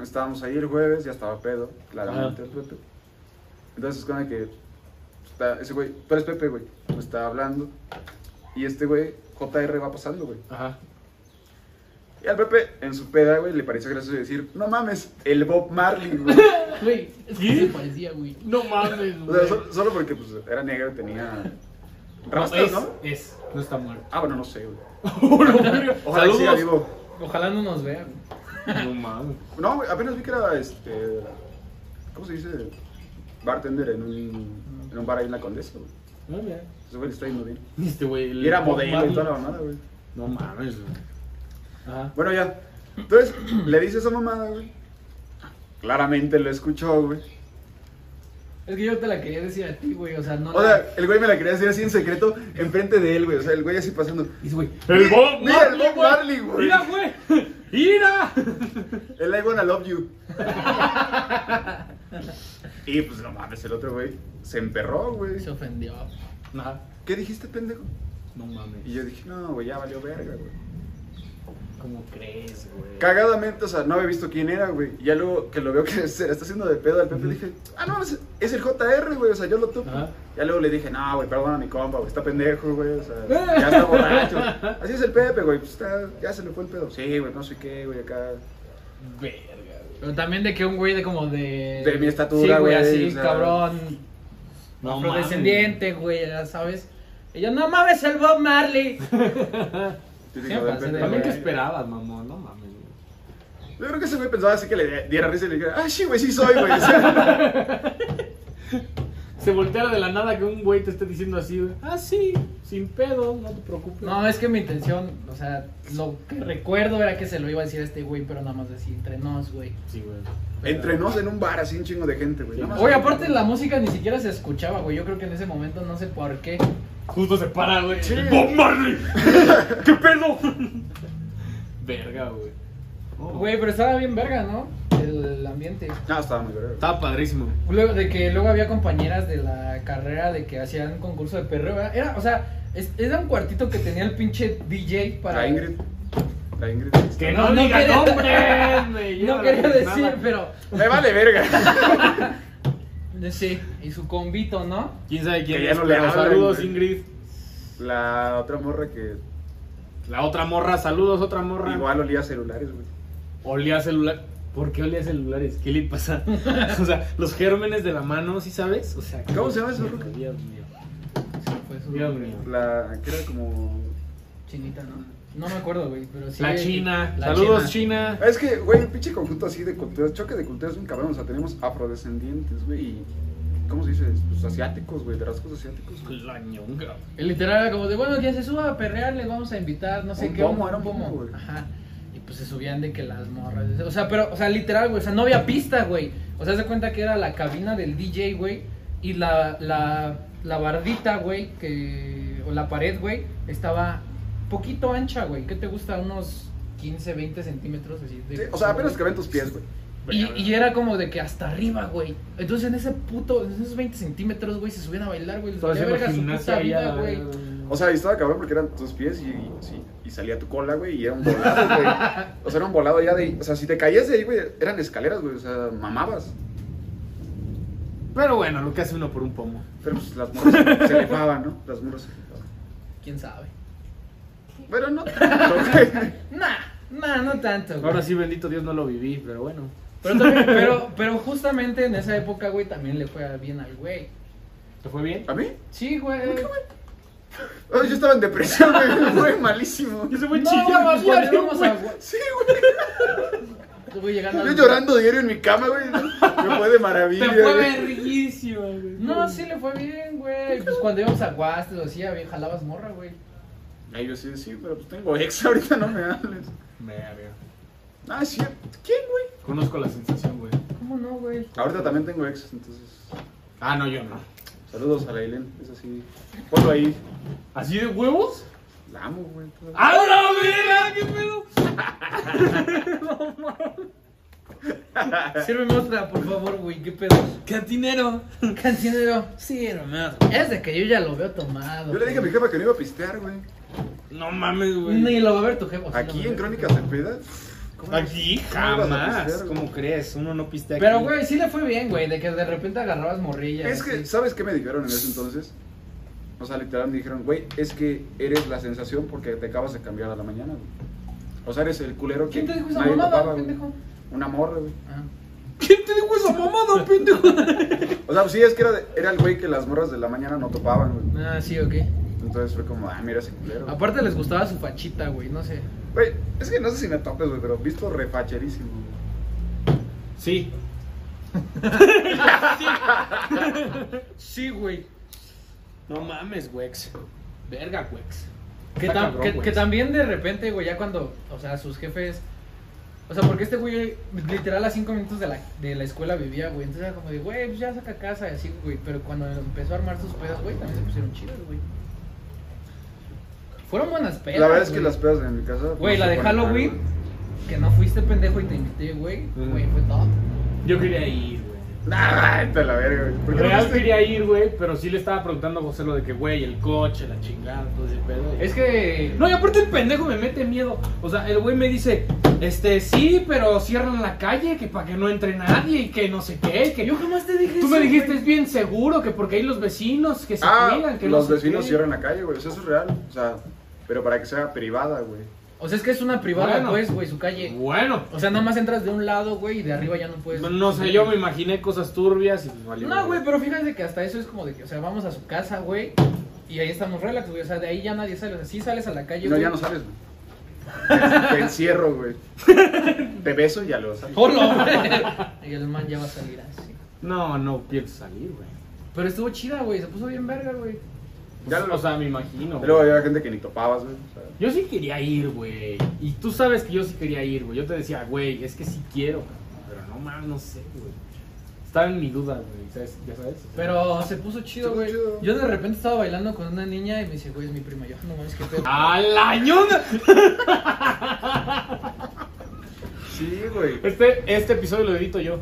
S1: Estábamos ahí el jueves, ya estaba pedo, claramente, el Pepe. Entonces es como que... Está, ese güey, tú eres Pepe, güey. Me está hablando. Y este güey, JR va pasando, güey.
S2: Ajá.
S1: Y al Pepe, en su peda, güey, le pareció gracioso decir, no mames, el Bob Marley, güey.
S3: Güey, es que
S2: ¿Qué?
S3: se parecía, güey.
S2: No mames,
S1: O sea, so- solo, porque pues, era negro y tenía Rastas, ¿no?
S2: es, es, no está muerto.
S1: Ah, bueno, no sé, güey. Ojalá
S2: Ojalá
S1: que siga vivo.
S3: Ojalá no nos vea. güey.
S2: No mames.
S1: No, güey, apenas vi que era este. ¿Cómo se dice? Bartender en un, en un bar ahí en la condesa, güey.
S2: No, mira.
S1: Ese güey le está yendo bien.
S2: Este güey. el
S1: Y era
S2: Bob
S1: modelo y
S2: Marley.
S1: toda la mamada, güey.
S2: No mames, güey. Ajá.
S1: Bueno, ya. Entonces, le dice esa mamada, güey. Claramente lo escuchó, güey.
S3: Es que yo te la quería decir a ti, güey. O sea, no.
S1: O
S3: la-
S1: sea, el güey me la quería decir así en secreto, enfrente de él, güey. O sea, el güey así pasando.
S3: Y dice, güey.
S2: El Bob
S1: Mira, el Bob Marley, güey.
S2: Mira, güey. Mira.
S1: El I wanna love you. y pues no mames, el otro güey se emperró, güey.
S3: Se ofendió.
S2: Ajá.
S1: ¿Qué dijiste, pendejo?
S2: No mames.
S1: Y yo dije, no, güey, ya valió verga, güey.
S2: ¿Cómo crees, güey?
S1: Cagadamente, o sea, no había visto quién era, güey. Y Ya luego que lo veo que se le está haciendo de pedo al Pepe, dije, ah, no, es, es el JR, güey, o sea, yo lo topo.
S2: Ajá.
S1: Ya luego le dije, no, güey, perdona a mi compa, güey, está pendejo, güey, o sea, ya está borracho. Así es el Pepe, güey, pues está, ya se le fue el pedo. Sí, güey, no sé qué, güey, acá.
S2: Verga, güey.
S3: Pero también de que un güey de como de.
S1: De mi estatura,
S3: Sí,
S1: güey,
S3: así,
S1: o sea.
S3: cabrón.
S2: No
S3: afrodescendiente, güey, ya sabes. Y yo, no mames, el Bob Marley.
S1: Yo dije,
S3: Siempre
S1: "A ver,
S3: se
S1: Pepe,
S3: le-
S2: También que
S1: güey".
S2: esperabas, mamón. No mames, güey.
S1: Yo creo que ese güey pensaba así que le diera risa y le dijera, ah, sí, güey, sí soy, güey. o sea,
S2: Se voltea de la nada que un güey te esté diciendo así, güey. Ah, sí, sin pedo, no te preocupes.
S3: No, es que mi intención, o sea, lo que recuerdo era que se lo iba a decir a este güey, pero nada más así, entre nos, güey.
S2: Sí, güey.
S1: entre nos en un bar así un chingo de gente, güey. nada más.
S3: Oye, aparte la música ni siquiera se escuchaba, güey. Yo creo que en ese momento no sé por qué.
S2: Justo se para, güey.
S1: Sí.
S2: ¡El ¡Bob Marley! ¡Qué pedo! Verga, güey. Oh.
S3: Güey, pero estaba bien verga, ¿no? El ambiente.
S1: No, estaba muy verga. güey.
S2: Estaba padrísimo.
S3: Luego, de que luego había compañeras de la carrera de que hacían un concurso de perreo. ¿verdad? Era, o sea, es- era un cuartito que tenía el pinche DJ para.
S1: La Ingrid. La Ingrid.
S2: ¡Que
S3: no
S2: no, diga
S3: quería-
S2: nombres, güey!
S3: No
S2: Llévala,
S3: quería
S2: güey,
S3: decir,
S2: nada.
S3: pero. eh,
S1: Me vale verga.
S3: Sí, y su convito, ¿no?
S2: ¿Quién sabe quién
S1: Que ya
S2: es?
S1: no le
S2: pero
S1: hablan,
S2: saludos,
S1: güey.
S2: Ingrid.
S1: La otra morra que
S2: La otra morra, saludos, otra morra.
S1: igual olía a celulares, güey.
S2: Olía a celular. ¿Por qué olía a celulares? ¿Qué le pasa? o sea, los gérmenes de la mano, ¿sí sabes? O sea,
S1: ¿Cómo se llama esa ruca?
S2: Dios mío.
S3: Fue su
S2: Dios mío.
S1: La que era como.
S3: chinita, ¿no? No me acuerdo, güey, pero sí.
S2: La China.
S3: La
S2: saludos, China.
S1: Es que, güey, el pinche conjunto así de culturas, choque de culturas, un cabrón. O sea, tenemos afrodescendientes, güey, y. ¿Cómo se dice? Pues asiáticos, güey, de rasgos asiáticos. güey.
S2: Pues, La ñonga.
S3: El literal era como de, bueno, que se suba a perrear, les vamos a invitar, no sé
S1: Un
S3: qué.
S1: pomo, era un pomo, güey.
S3: Ajá. Y pues se subían de que las morras. O sea, pero, o sea, literal, güey, o sea, no había pista, güey. O sea, se cuenta que era la cabina del DJ, güey, y la, la, la bardita, güey, que, o la pared, güey, estaba poquito ancha, güey. ¿Qué te gusta? Unos 15, 20 centímetros, así. de-
S1: Sí, o sea, apenas caben tus pies, güey.
S3: Y, y era como de que hasta arriba, güey. Entonces en ese puto, en esos 20 centímetros, güey, se subían a bailar, güey. Les
S2: Estaba
S3: valía
S2: haciendo
S3: verga su
S2: gimnasia
S3: puta vida,
S2: allá. eh.
S3: güey.
S1: O sea, y estaba cabrón porque eran tus pies y, y, sí, y salía tu cola, güey, y era un volado, güey. O sea, era un volado ya de. O sea, si te caías de ahí, güey, eran escaleras, güey, o sea, mamabas.
S2: Pero bueno, lo que hace uno por un pomo.
S1: Pero pues las morras se elevaban, ¿no? Las morras se elevaban.
S3: ¿Quién sabe?
S1: Pero no tanto, güey.
S3: Nah, nah, no tanto, güey.
S2: Ahora sí, bendito Dios, no lo viví, pero bueno.
S3: Pero, también- pero, pero justamente en esa época, güey, también le fue bien al güey.
S2: ¿Te fue bien?
S1: ¿A mí?
S3: Sí, güey.
S1: Ay, yo estaba en depresión, güey. Fue malísimo.
S2: Ese
S3: No, güey, pues, cuando íbamos a...
S1: Sí, güey.
S3: Güey, llegando
S1: Yo
S3: al-
S1: llorando diario en mi cama, güey. Me fue de maravilla.
S2: Te fue
S1: güey.
S2: verguísima, güey.
S3: No, sí le fue bien, güey. Pues cuando íbamos a Guastes o así, había- jalabas morra, güey.
S1: Ay, yo sí, sí, pero pues tengo ex, ahorita no me hables.
S2: Verga.
S1: Ah, sí. ¿Quién, güey?
S2: Conozco la sensación, güey.
S3: ¿Cómo no, güey?
S1: Ahorita también tengo ex, entonces.
S2: Ah, no, yo no.
S1: Saludos a la Ailén, es así. Ponlo ahí.
S2: ¿Así de huevos?
S1: La amo, güey. todavía.
S2: ¡Ah, la verga! ¡Qué pedo!
S3: Sírveme otra, por favor, güey. ¿Qué pedo?
S2: Cantinero.
S3: Cantinero.
S2: Sí, hermano.
S3: Es de que yo ya lo veo tomado.
S1: Yo le dije a mi jefa que no iba a pistear, güey.
S2: No mames, güey.
S3: Ni lo va a ver tu jefe. o sí lo
S1: Aquí
S3: va a
S1: en
S3: ver.
S1: Crónicas de Peda. ¿cómo es?
S2: Aquí
S1: ¿Cómo ibas a
S2: jamás.
S1: pistear, güey?
S4: ¿Cómo crees? Uno no piste aquí.
S3: Pero, güey, sí le fue bien, güey. De que de repente agarrabas morrillas.
S1: Es que,
S3: así.
S1: ¿sabes qué me dijeron en ese entonces? O sea, literal me dijeron, güey, es que eres la sensación porque te acabas de cambiar a la mañana, güey. O sea, eres el culero que
S3: ¿Quién te dijo esa
S1: nadie topaba,
S3: mamada,
S1: güey.
S3: pendejo?
S1: Una morra, güey.
S3: Ah.
S2: ¿Quién te dijo esa mamada, pendejo?
S1: O sea, pues sí, es que era, de- era el güey que las morras de la mañana no topaban, güey.
S3: Ah, sí, ok.
S1: Entonces fue como, ah, mira ese culero. güey.
S3: Aparte les gustaba su fachita, güey, no sé.
S1: Güey, es que no sé si me topes, güey, pero visto refacherísimo. güey.
S2: Sí.
S3: Sí, güey.
S2: No mames, Wex. Verga, Wex.
S3: Que,
S2: Está
S3: tam-
S2: cabrón,
S3: que-
S2: güey.
S3: que también de repente, güey, ya cuando, o sea, sus jefes. O sea, porque este güey literal a cinco minutos de la, de la escuela vivía, güey. Entonces era como de, güey, pues ya saca casa, y así, güey. Pero cuando empezó a armar sus pedas, güey, también se pusieron chidas, güey. Fueron buenas pedas.
S1: La verdad es que
S3: güey.
S1: las pedas en mi casa. no
S3: Güey,
S1: se
S3: la de
S1: ponen mal,
S3: Halloween,
S1: güey.
S3: que no fuiste pendejo y te invité, güey.
S2: Mm.
S3: Güey, fue top.
S2: Yo quería ir, güey.
S1: Nah, vete a la verga, güey. ¿Por qué no
S2: Real
S1: fuiste?
S2: quería ir, güey, pero sí le estaba preguntando a José lo de que, güey, el coche, la chingada, todo ese pedo.
S3: Es que.
S2: No, y aparte el pendejo me mete miedo. O sea, el güey me dice, este, sí, pero cierran la calle, que para que no entre nadie y que no sé qué, que yo...
S3: jamás te dije
S2: Tú me
S3: eso,
S2: dijiste,
S3: güey.
S2: es bien seguro, que porque hay los vecinos que se
S1: Ah,
S2: cuidan, que no
S1: los
S2: sé
S1: vecinos
S2: qué".
S1: cierran la calle, güey. o sea, Eso es real. O sea, pero para que sea privada, güey.
S3: O sea, es que es una privada,
S2: Bueno.
S3: pues, güey, su calle.
S2: Bueno, pues,
S3: O sea, nada más entras de un lado, güey, y de arriba ya no puedes.
S2: no sé, yo me imaginé cosas turbias y pues valió.
S3: No, güey, pero fíjate que hasta eso es como de que, o sea, vamos a su casa, güey, y ahí estamos relax, güey. O sea, de ahí ya nadie sale. O sea, sí sales a la calle,
S1: No,
S3: güey.
S1: ya no sales, güey. Te encierro, güey. Te beso y ya lo sales.
S3: ¡Hola, güey! Y el man ya va a salir así.
S2: No, no pienso salir, güey.
S3: Pero estuvo chida, güey, se puso bien verga, güey.
S1: Ya
S2: Pues,
S1: lo-
S2: o sea, me imagino.
S1: Y luego había gente que ni topabas, güey. o sea.
S2: Yo sí quería ir, güey. Y tú sabes que yo sí quería ir, güey. Yo te decía, güey, es que sí quiero, cabrón, pero no mames, no sé, güey. Estaba en mi duda, güey, ¿sabes? ya sabes.
S3: Pero se puso
S1: Se
S3: chido,
S1: puso
S3: güey.
S1: chido.
S3: Yo de repente estaba bailando con una niña y me dice, güey, es mi prima. Yo, no mames, qué pedo.
S2: ¡A la ñonga!
S1: Sí, güey.
S2: Este, este episodio lo edito yo.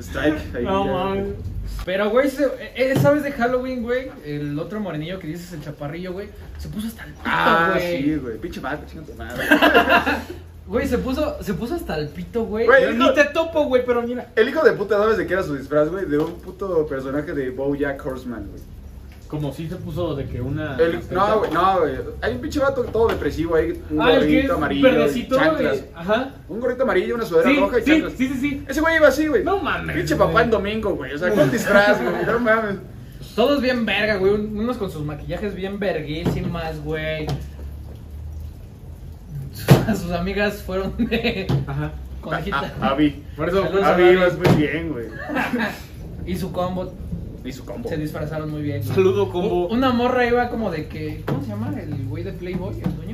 S1: Strike. Ahí
S2: No
S1: ya,
S2: mames.
S1: güey.
S3: Pero, güey, se- eh, esa vez de Halloween, güey, el otro morenillo que dices, el chaparrillo, güey, se puso hasta el pito,
S1: Ah,
S3: güey.
S1: sí, güey. Pinche vato, chinga tu madre.
S3: Güey, se puso, se puso hasta el pito, güey.
S1: Güey.
S2: Yo ni te topo, güey, pero mira.
S1: El hijo de puta, ¿sabes de qué era su disfraz, güey? De un puto personaje de Bojack Horseman, güey.
S2: Como si se puso de que una.
S1: El- no, güey, no, güey. Hay un pinche vato todo depresivo ahí. Un
S2: Ah, el que es
S1: gorrito amarillo. y
S2: verdecito,
S1: chanclas.
S2: güey. Ajá.
S1: Un gorrito amarillo, una sudadera
S2: Sí,
S1: roja y
S2: sí,
S1: chanclas.
S2: sí, sí, sí.
S1: Ese güey iba así, güey.
S2: No mames,
S1: Pinche papá
S2: güey.
S1: en domingo, güey. O sea, con disfraz, güey. No mames.
S3: Todos bien verga, güey. un- Unos con sus maquillajes bien verguísimas, güey. Sus- Sus amigas fueron de
S2: Ajá.
S3: conejita.
S1: A- a- Ah, Avi.
S2: Por eso,
S3: Saludos a
S1: Avi
S3: Avi.
S1: ibas muy bien, güey.
S3: Y su combo
S1: Y su combo.
S3: se disfrazaron muy bien. güey.
S2: Saludo combo.
S3: U- Una morra iba como de que. ¿Cómo se llama? El güey de Playboy, el dueño.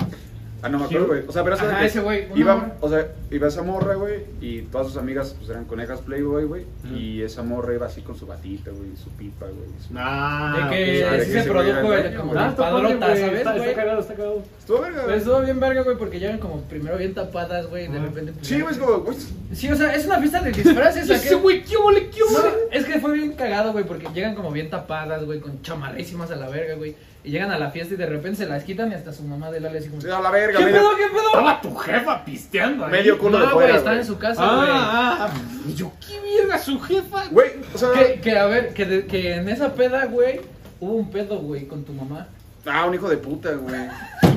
S1: Ah, no me acuerdo, güey. O sea, pero es
S3: Ajá,
S1: que
S3: ese güey, una morra.
S1: Iba, o sea, iba esa morra, güey, y todas sus amigas pues eran conejas Playboy, güey.
S2: Ujú.
S1: Y esa morra iba así con su batita, güey, su pipa, güey. su-
S2: Nah.
S3: de
S1: pues,
S3: que
S1: sabe
S3: sí
S1: que
S3: se
S1: ese güey era el
S3: produjo el
S1: dueño,
S3: como
S1: güey.
S3: la
S1: Ah,
S3: padrota, ¿sabes,
S2: Está,
S3: güey?
S2: está cagado, está cagado.
S1: Estuvo verga,
S3: Pero
S1: güey.
S3: estuvo bien verga, güey, porque ya eran como primero bien tapadas, güey, y de
S2: Ah.
S3: repente... pues,
S1: Sí,
S3: ya-
S1: güey, es como, güey.
S3: Sí, o sea, es una fiesta de disfraces, o sea,
S2: Ese
S3: que...
S2: güey, ¿qué ole, qué
S3: No,
S2: ole?
S3: es que fue bien cagado, güey, porque llegan como bien tapadas, güey, con chamarrísimas a la verga, güey. Y llegan a la fiesta y de repente se las quitan y hasta su mamá del Ale así como...
S1: sí, A la verga,
S3: ¿Qué
S1: medio-
S3: pedo, qué pedo?
S2: Estaba tu jefa pisteando ahí.
S1: Medio culo de
S3: No, güey,
S1: fuera,
S3: están
S1: güey.
S3: en su casa, güey.
S2: Ah, ah, ah. Yo, ¿qué mierda su jefa?
S1: Güey, o sea.
S3: Que, que, a ver, que, de- que en esa peda, güey, hubo un pedo, güey, con tu mamá.
S1: Ah, un hijo de puta, güey.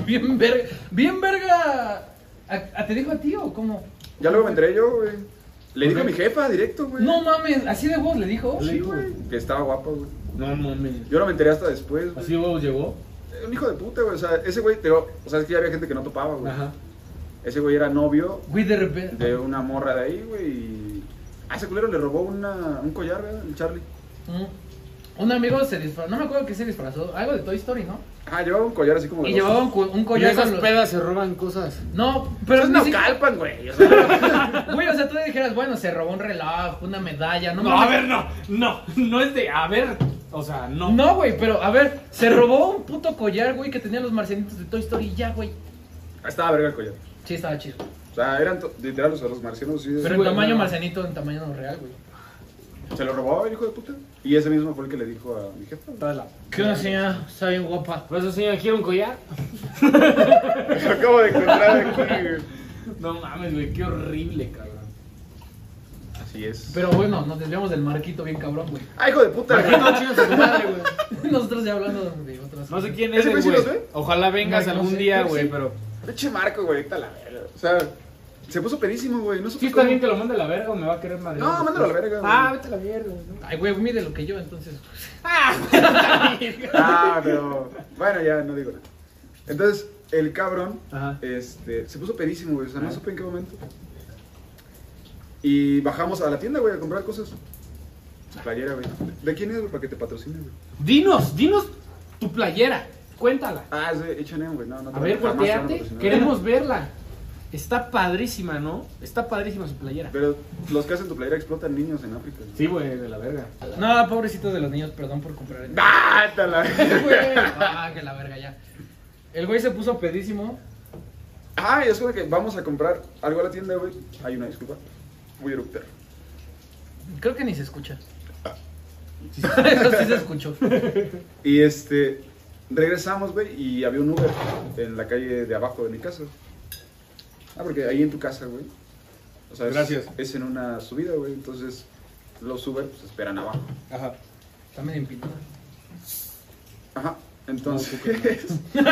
S3: Bien verga, bien verga... ¿A- a- ¿Te dijo a ti o cómo?
S1: Ya luego me enteré yo, güey. Le dijo a
S2: Ok.
S1: mi jefa directo,
S2: Pues-
S1: güey.
S3: No mames, así de voz le dijo.
S1: Sí, güey. Que estaba guapo, güey.
S2: No mames.
S1: Yo no me enteré hasta después, güey.
S2: ¿Así huevos llegó?
S1: Un hijo de puta, güey. O sea, ese güey, te digo, o sea, es que ya había gente que no topaba, güey.
S2: Ajá.
S1: Ese güey era novio
S3: Güey, de repente...
S1: de una morra de ahí, güey. y- A ese culero le robó una, un collar, ¿verdad? El Charlie.
S3: Mm. Un amigo se disfrazó, no me acuerdo qué se disfrazó, algo de Toy Story, ¿no?
S1: Ah, llevaba un collar así como. de
S3: Y
S1: rosa.
S3: llevaba un, cu- un
S2: Y
S3: collar
S2: esas
S3: con los-
S2: pedas se roban cosas.
S3: No, pero
S1: es
S3: ni siquiera-
S1: Naucalpan, güey. O sea,
S3: Güey, o sea, tú le dijeras, bueno, se robó un reloj, una medalla, no
S2: No, a
S3: mames.
S2: ver, no. No, no es de. A ver. O sea, no.
S3: No, güey, pero a ver, se robó un puto collar, güey, que tenía los marcianitos de Toy Story y ya, güey.
S1: estaba verga el collar.
S3: Sí, estaba chido.
S1: O sea, eran to- literal, o sea, los marcianos. Sí,
S3: Pero en
S2: güey,
S3: tamaño
S2: no.
S3: marcianito, en tamaño no real, güey.
S1: Se lo robó el hijo de puta. Y ese mismo fue el que le dijo a mi jefa. güey.
S2: Toda la-
S3: ¿Qué onda, señora? Está bien guapa.
S2: Por eso, Pues, señor, ¿quiere un collar?
S1: Lo acabo de encontrar aquí, güey.
S2: No mames, güey, qué horrible, cabrón.
S1: Así es.
S3: Pero bueno, nos desviamos del marquito bien cabrón, güey.
S1: Ah, hijo de puta, güey.
S2: No, chingas a tu madre, güey.
S3: Nosotros ya hablando de otras
S2: No sé
S3: cosas.
S2: quién
S1: ¿Ese
S2: eres,
S1: güey sí
S2: güey.
S1: los ve?
S2: Ojalá vengas
S3: No, no
S2: algún
S3: sé,
S2: día,
S3: creo que
S2: güey,
S3: sí.
S2: pero.
S1: Pinche Marco, güey, está la verga. O sea, se puso pedísimo, güey. No supe
S2: Si está
S1: cómo.
S2: bien que lo mande a la verga o me va a querer madre.
S1: No, mándalo a la verga, güey.
S2: Ah, vete a la verga. ¿no?
S3: Ay, güey, mide lo que yo, entonces.
S1: Ah, pero. Bueno, ya no digo nada. Entonces, el cabrón
S2: Ajá.
S1: este, se puso pedísimo, güey. O sea, no supe en qué momento. Y bajamos a la tienda, güey, a comprar cosas. Su playera, güey. ¿De quién es, güey? Para que te patrocine, güey.
S2: Dinos, dinos tu playera. Cuéntala.
S1: Ah, es de H&M, güey. No, no te
S2: A
S1: va- jamás
S2: ver,
S1: te van
S2: volteate.
S1: patrocinar.
S2: Queremos verla. Está padrísima, ¿no? Está padrísima su playera.
S1: Pero los que hacen tu playera explotan niños en África. güey.
S2: Sí, güey, de la verga.
S3: No, pobrecitos de los niños, perdón por comprar. en-
S1: ¡Ah, te la-
S3: Sí, güey. Ah, que la verga ya. El güey se puso pedísimo.
S1: Ah, es como que vamos a comprar algo a la tienda, güey. Hay una disculpa. Voy a eructar.
S3: Creo que ni se escucha. Eso sí se escuchó.
S1: Y este, regresamos, güey, y había un Uber en la calle de abajo de mi casa. Ah, porque ahí en tu casa, güey. O sea, es-
S2: Gracias.
S1: Es, en una subida, güey. Entonces, los Uber pues, esperan abajo.
S2: Ajá.
S3: Está medio empinado.
S1: Ajá. Entonces.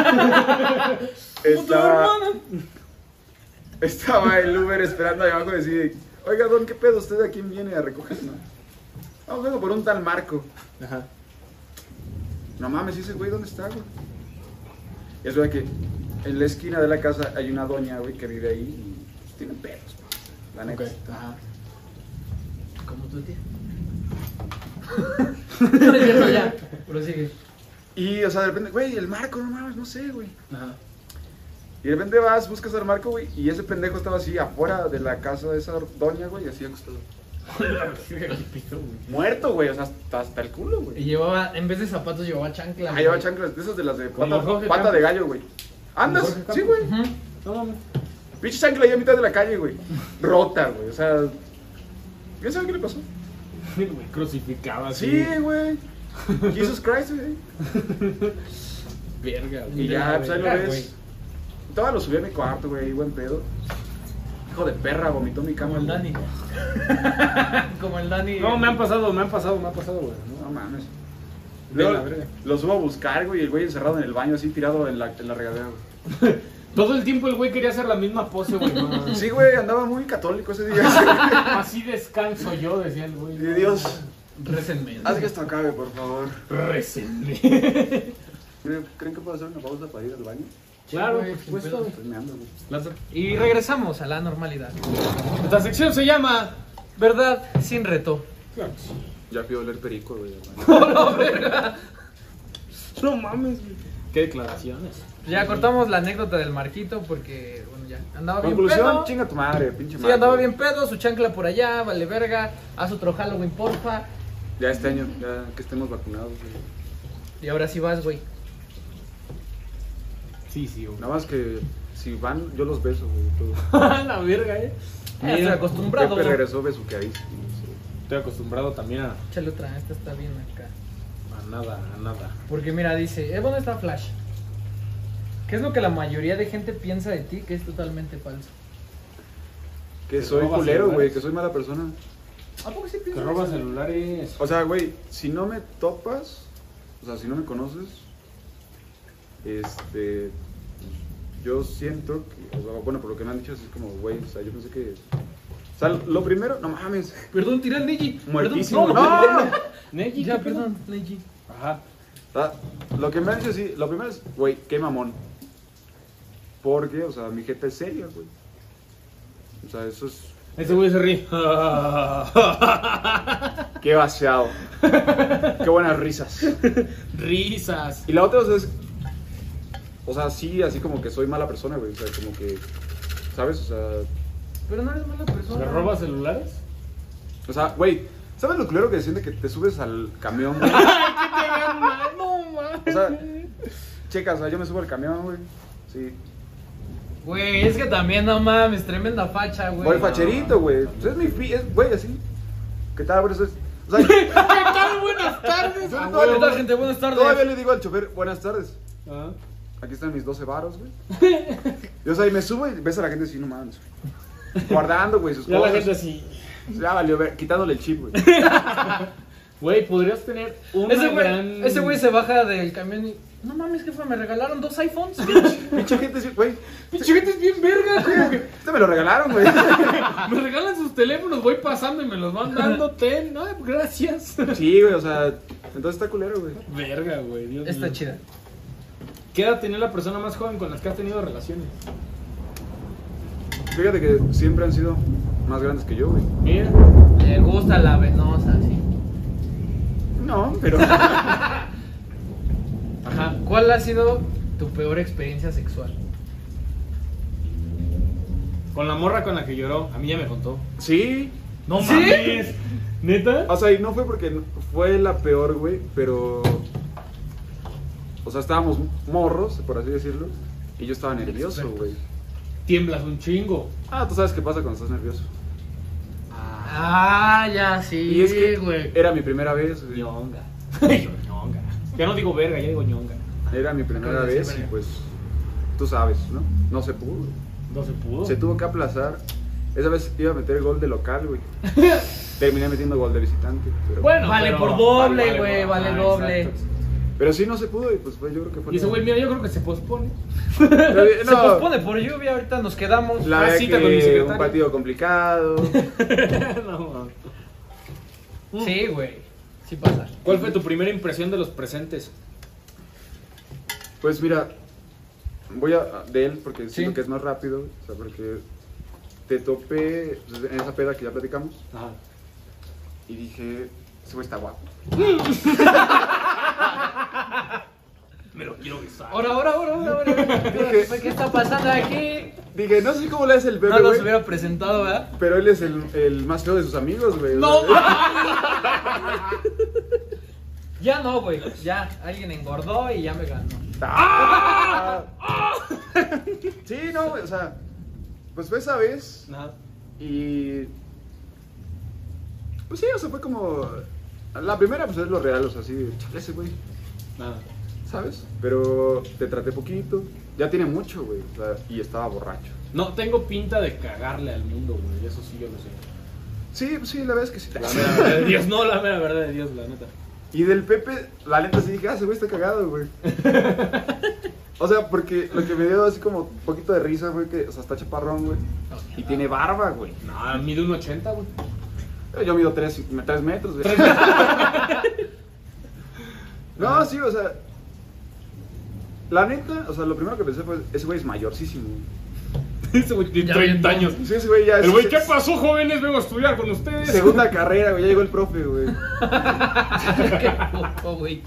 S1: estaba, estaba el Uber esperando ahí abajo y decía, oiga, don, ¿qué pedo? ¿Usted a quién viene a recoger? No, "No, vengo por un tal Marco.
S2: Ajá.
S1: No mames, ¿y ese güey dónde está, güey? Y es verdad que en la esquina de la casa hay una doña, güey, que vive ahí y pues, tiene perros, güey. La neta.
S2: Ajá.
S3: Como tu tía. No es cierto, ya. Prosigue.
S1: Y, o sea, de repente, güey, el marco, no mames, no sé, güey.
S2: Ajá.
S1: Y de repente vas, buscas al marco, güey, y ese pendejo estaba así afuera de la casa de esa doña, güey, así acostado. Muerto, güey, o sea, hasta, hasta el culo,
S3: Y
S1: güey.
S3: llevaba, en vez de zapatos, llevaba chancla.
S1: Ahí lleva
S3: güey.
S1: chanclas, de esas de las de
S2: Como
S1: pata,
S2: Jorge
S1: pata de
S2: Campos.
S1: gallo, güey. Andas,
S2: Jorge
S1: sí,
S2: Campos.
S1: güey.
S3: Ujú.
S2: No mames.
S1: Pinche chancla ahí a mitad de la calle, güey. Rota, güey, o sea. ¿Quién sabe qué le pasó?
S2: El güey crucificado así.
S1: Sí, güey. Jesus Christ, güey.
S2: Verga, güey.
S1: Y ya, pues ahí lo
S3: Ah,
S1: ves. Todavía lo subí a mi cuarto, güey, buen pedo. Hijo de perra, vomitó mi cama.
S3: Como el
S1: güey.
S3: Dani. Como el Dani.
S2: No, me han pasado, me han pasado, me han pasado, güey. ¿no?
S1: No mames.
S2: De la
S1: Luego,
S2: verga.
S1: lo subo a buscar, güey, y el güey encerrado en el baño, así tirado en la, en la regadera, güey.
S2: Todo el tiempo el güey quería hacer la misma pose, güey. no, no, no.
S1: Sí, güey, andaba muy católico ese día.
S2: Así descanso yo, decía el güey.
S1: Y Dios,
S3: Récenme.
S1: haz Ah, que esto acabe, por favor.
S2: Récenme.
S1: ¿Creen creen que puedo hacer una pausa para ir al baño?
S2: Claro,
S3: güey,
S2: por
S3: sin
S2: supuesto.
S3: pedo.
S1: Pues me ando, güey.
S2: Lázaro.
S3: Y regresamos a la normalidad.
S2: Nuestra sección se llama.
S3: ¿Verdad? Sin reto.
S1: Ya fui a oler perico, güey. al baño.
S2: No mames, güey. Qué declaraciones.
S3: Ya cortamos la anécdota del Marquito porque, bueno, ya. Andaba bien
S1: Conclusión,
S3: pedo.
S1: chinga tu madre, pinche
S3: Sí,
S1: madre.
S3: andaba bien pedo, su chancla por allá, vale verga. Haz otro Halloween, porfa.
S1: Ya este año, ya que estemos vacunados, güey.
S3: Y ahora sí vas, güey.
S2: Sí, sí, güey.
S1: Nada más que si van, yo los beso, güey. todo.
S2: la verga, eh.
S3: Ah, Ya estoy acostumbrado.
S1: Pepe regresó besuqueadísimo. sí.
S2: Estoy acostumbrado también a,
S3: Échale otra, esta está bien acá.
S2: a nada, a nada.
S3: Porque mira, dice, ¿eh, ¿dónde está Flash? ¿Qué es lo que la mayoría de gente piensa de ti que es totalmente falso?
S1: Que
S2: Te
S1: soy
S2: robas
S1: culero, güey,
S2: celulares.
S1: que soy mala persona.
S3: ¿A poco sí
S2: Que
S3: piensas?
S2: roba
S3: eso?
S2: celulares.
S1: O sea, güey, si no me topas, o sea, si no me conoces, este. Yo siento que, o sea, bueno, por lo que me han dicho, así es como, güey, o sea, yo pensé que. O sea, lo primero, no mames,
S3: Perdón, tiré al Neji.
S1: muertísimo.
S3: Perdón, no,
S1: ¡No!
S2: Neji,
S3: Ya,
S2: ¿qué pedo?
S3: perdón, Neji.
S2: Ajá.
S1: Ah, Lo que me han dicho, sí, lo primero es, güey, qué mamón. Porque, o sea, mi jeta es seria, güey. O sea, eso es.
S2: Ese güey se ríe.
S1: Qué vaciado. qué buenas risas.
S2: Risas.
S1: Y la otra o sea, es. O sea, sí, así como que soy mala persona, güey. O sea, como que. ¿Sabes? O sea.
S3: Pero no eres mala
S2: ¿Se
S3: persona.
S2: roba celulares?
S1: O sea, güey. ¿Sabes lo culero que se siente que te subes al camión, güey?
S3: Ah,
S2: No mames.
S1: O sea, checa, o sea, yo me subo al camión, güey. Sí.
S3: Güey, es que también, no mames, tremenda facha, güey.
S1: Voy facherito, güey. Pues es mi fi- es, güey, así. ¿Qué tal, güey? Eso es- O sea, yo
S3: Ah, Buenas tardes.
S1: Ah,
S3: Hola, ¿qué
S1: güey.
S3: tal, gente? Buenas tardes.
S1: todavía le digo al chofer, buenas tardes.
S2: Ah.
S1: Aquí están mis 12 varos, güey. Y, o sea, y me subo y ves a la gente así, no mames, güey. Guardando, güey, sus
S2: Ya la
S1: cosas.
S2: gente así.
S1: Ya valió, ver, quitándole el chip, güey.
S2: Güey, podrías tener una
S3: Ese güey,
S2: gran...
S3: ese güey se baja del camión y. No mames, jefa, me regalaron dos iPhones.
S1: Pinche gente, sí, güey.
S2: Pinche gente es bien verga, como que
S1: Este me lo regalaron, güey.
S2: me regalan sus teléfonos, voy pasando y me los van dando, ten, no, gracias.
S1: Sí, güey, o sea, entonces está culero, güey.
S2: Verga, güey, Dios
S3: Está
S2: mío.
S3: chida.
S2: ¿Qué edad tenía la persona más joven con la que has tenido relaciones?
S1: Fíjate que siempre han sido más grandes que yo, güey.
S2: Mira,
S3: Le gusta la venosa, sí.
S1: No, pero.
S2: ajá.
S3: ¿Cuál ha sido tu peor experiencia sexual?
S2: Con la morra con la que lloró, a mí ya me contó.
S1: Sí.
S2: No
S3: ¿Sí?
S2: mames. ¿Neta?
S1: O sea, y no fue porque fue la peor, güey, pero. O sea, estábamos morros, por así decirlo. Y yo estaba nervioso, güey.
S2: Tiemblas un chingo.
S1: Ah, tú sabes qué pasa cuando estás nervioso.
S3: Ah, ya, sí,
S1: Y es que eh,
S3: güey.
S1: era mi primera vez, güey.
S2: Ñonga. ñonga. Ya no digo verga, ya digo ñonga.
S1: Era mi primera
S3: Acabas de
S1: vez
S3: decir,
S1: y
S3: verga.
S1: pues. Tú sabes, ¿no? No se pudo. güey.
S2: No se pudo.
S1: Se tuvo que aplazar. Esa vez iba a meter el gol de local, güey. Terminé metiendo gol de visitante. Pero,
S2: Bueno,
S3: Vale
S2: pero-
S3: por doble,
S2: vale,
S3: güey,
S2: por-
S3: vale
S2: ajá,
S3: doble.
S2: exacto.
S1: pero sí no se pudo y pues fue- yo creo que fue.
S2: Y ese
S1: la-
S2: güey, mira, yo creo que se pospone.
S1: Pero, eh,
S3: Se
S1: no,
S3: pospone por lluvia, ahorita nos quedamos.
S1: La
S2: Ah,
S1: verdad
S2: cita
S1: que
S2: con mi secretario.
S1: un partido complicado.
S2: No, mames.
S3: Sí, güey. Sí pasa.
S2: ¿Cuál fue tu primera impresión de los presentes?
S1: Pues mira, voy a de él porque siento
S3: Sí.
S1: que es más rápido, o sea, porque te topé en esa peda que ya platicamos
S2: Ajá.
S1: y dije, ese güey está guapo.
S4: Me lo quiero besar.
S3: Ahora, ahora, ahora, ahora, ahora.
S1: Dije-
S3: ¿Qué está pasando aquí?
S1: Dije, no sé cómo le hace el bebé,
S3: No los
S1: güey,
S3: hubiera presentado, ¿verdad?
S1: pero él es el, el más feo de sus amigos, güey.
S3: No
S1: O sea,
S3: Ya no, güey. Ya, alguien engordó y ya me ganó.
S1: ¡Ah! Sí, no, güey, o sea, pues fue esa vez
S2: Nada.
S1: Y. Pues sí, o sea, fue como. La primera, pues es lo real, o sea, así, chale ese güey,
S2: Nada.
S1: ¿sabes? Pero te traté poquito. Ya tiene mucho, güey, o sea, y estaba borracho.
S2: No tengo pinta de cagarle al mundo, güey. Eso sí yo lo sé.
S1: Sí, pues sí, la verdad es que sí.
S2: La mera verdad de Dios, no, la mera verdad de Dios, la neta.
S1: Y del Pepe, la neta sí dije, ah, ese güey está cagado, güey. O sea, porque lo que me dio así como un poquito de risa fue que, o sea, está chaparrón, güey. Y tiene barba, güey.
S2: No, mide un 80, güey.
S1: Yo mido 3 metros, güey. no, sí, o sea. La neta, o sea, lo primero que pensé fue: ese güey es mayorcísimo.
S2: Ese güey tiene
S3: Ya
S2: 30
S3: bien,
S2: años.
S1: Sí, ese güey ya es.
S2: El güey, ¿qué
S1: se-
S2: pasó, jóvenes? Vengo a estudiar con ustedes.
S1: Segunda carrera, güey, ya llegó el profe, güey.
S3: Qué poco, güey.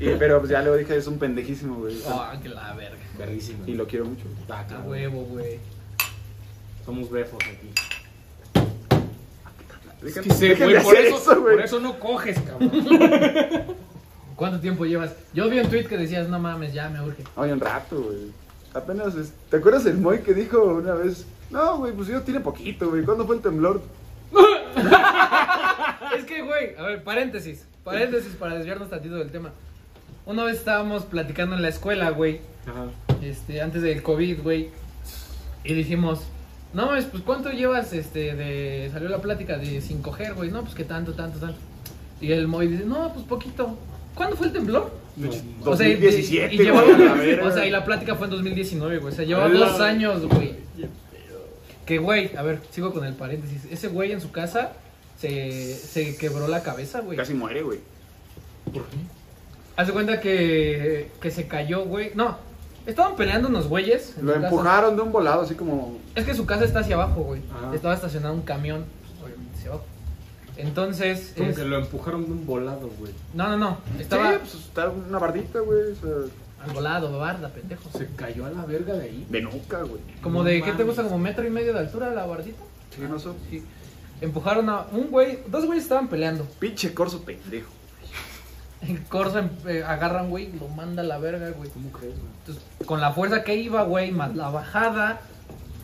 S1: Y- Pero pues ya le dije: es un pendejísimo, güey.
S3: Ah, que la verga.
S2: Verguísima.
S1: Y lo quiero mucho.
S3: A
S2: Taca, güey.
S3: ah, huevo, güey.
S2: Somos befos aquí. Es
S1: Dejen-
S2: que ese
S1: dejen
S2: güey,
S1: de
S2: por
S1: hacer
S2: eso, por eso no coges, cabrón.
S3: ¿Cuánto tiempo llevas? Yo vi un tweet que decías, no mames, ya me urge.
S1: Oye, un rato, güey. Apenas. es- ¿Te acuerdas el Moy que dijo una vez? No, güey, pues yo tiene poquito, güey. ¿Cuándo fue el temblor?
S3: Es que, güey, a ver, paréntesis. Paréntesis para desviarnos tantito del tema. Una vez estábamos platicando en la escuela, güey.
S2: Ajá.
S3: Este, antes del COVID, güey. Y dijimos, no mames, pues ¿cuánto llevas este de. salió la plática de 5G, güey? No, pues que tanto, tanto, tanto. Y el Moy dice, no, pues poquito. ¿Cuándo fue el temblor? O sea, y-
S1: 2017,
S3: y, y llevaba-
S1: güey, a la verga.
S3: o sea, y la plática fue en 2019, güey. O sea, lleva
S2: A la
S3: dos
S2: verga.
S3: años, güey. Que, güey, a ver, sigo con el paréntesis. Ese güey en su casa se, se quebró la cabeza, güey.
S1: Casi muere, güey.
S3: Haz de cuenta que, que se cayó, güey. No, estaban peleando unos güeyes. en
S1: Lo
S3: su casa.
S1: empujaron de un volado, así como.
S3: Es que su casa está hacia abajo, güey.
S2: Ajá.
S3: Estaba estacionado un camión, obviamente hacia abajo. Entonces,
S2: Como
S3: es-
S2: que lo empujaron de un volado, güey.
S3: no, no, no. Estaba
S1: Sí, pues está una bardita, güey. O sea,
S3: al volado, barda, pendejo.
S2: Se cayó a la verga de ahí.
S1: de nuca, güey.
S3: Como
S2: No
S3: de, ¿qué te
S2: mames.
S3: gusta? Como metro y medio de altura la bardita.
S1: Sí, no so-
S3: Sí. Empujaron a un güey, dos güeyes estaban peleando.
S1: Pinche corso pendejo.
S3: El Corsa em- eh, agarra un güey y lo manda a la verga, güey.
S2: ¿Cómo crees, güey?
S3: Entonces, con la fuerza que iba, güey, más la bajada.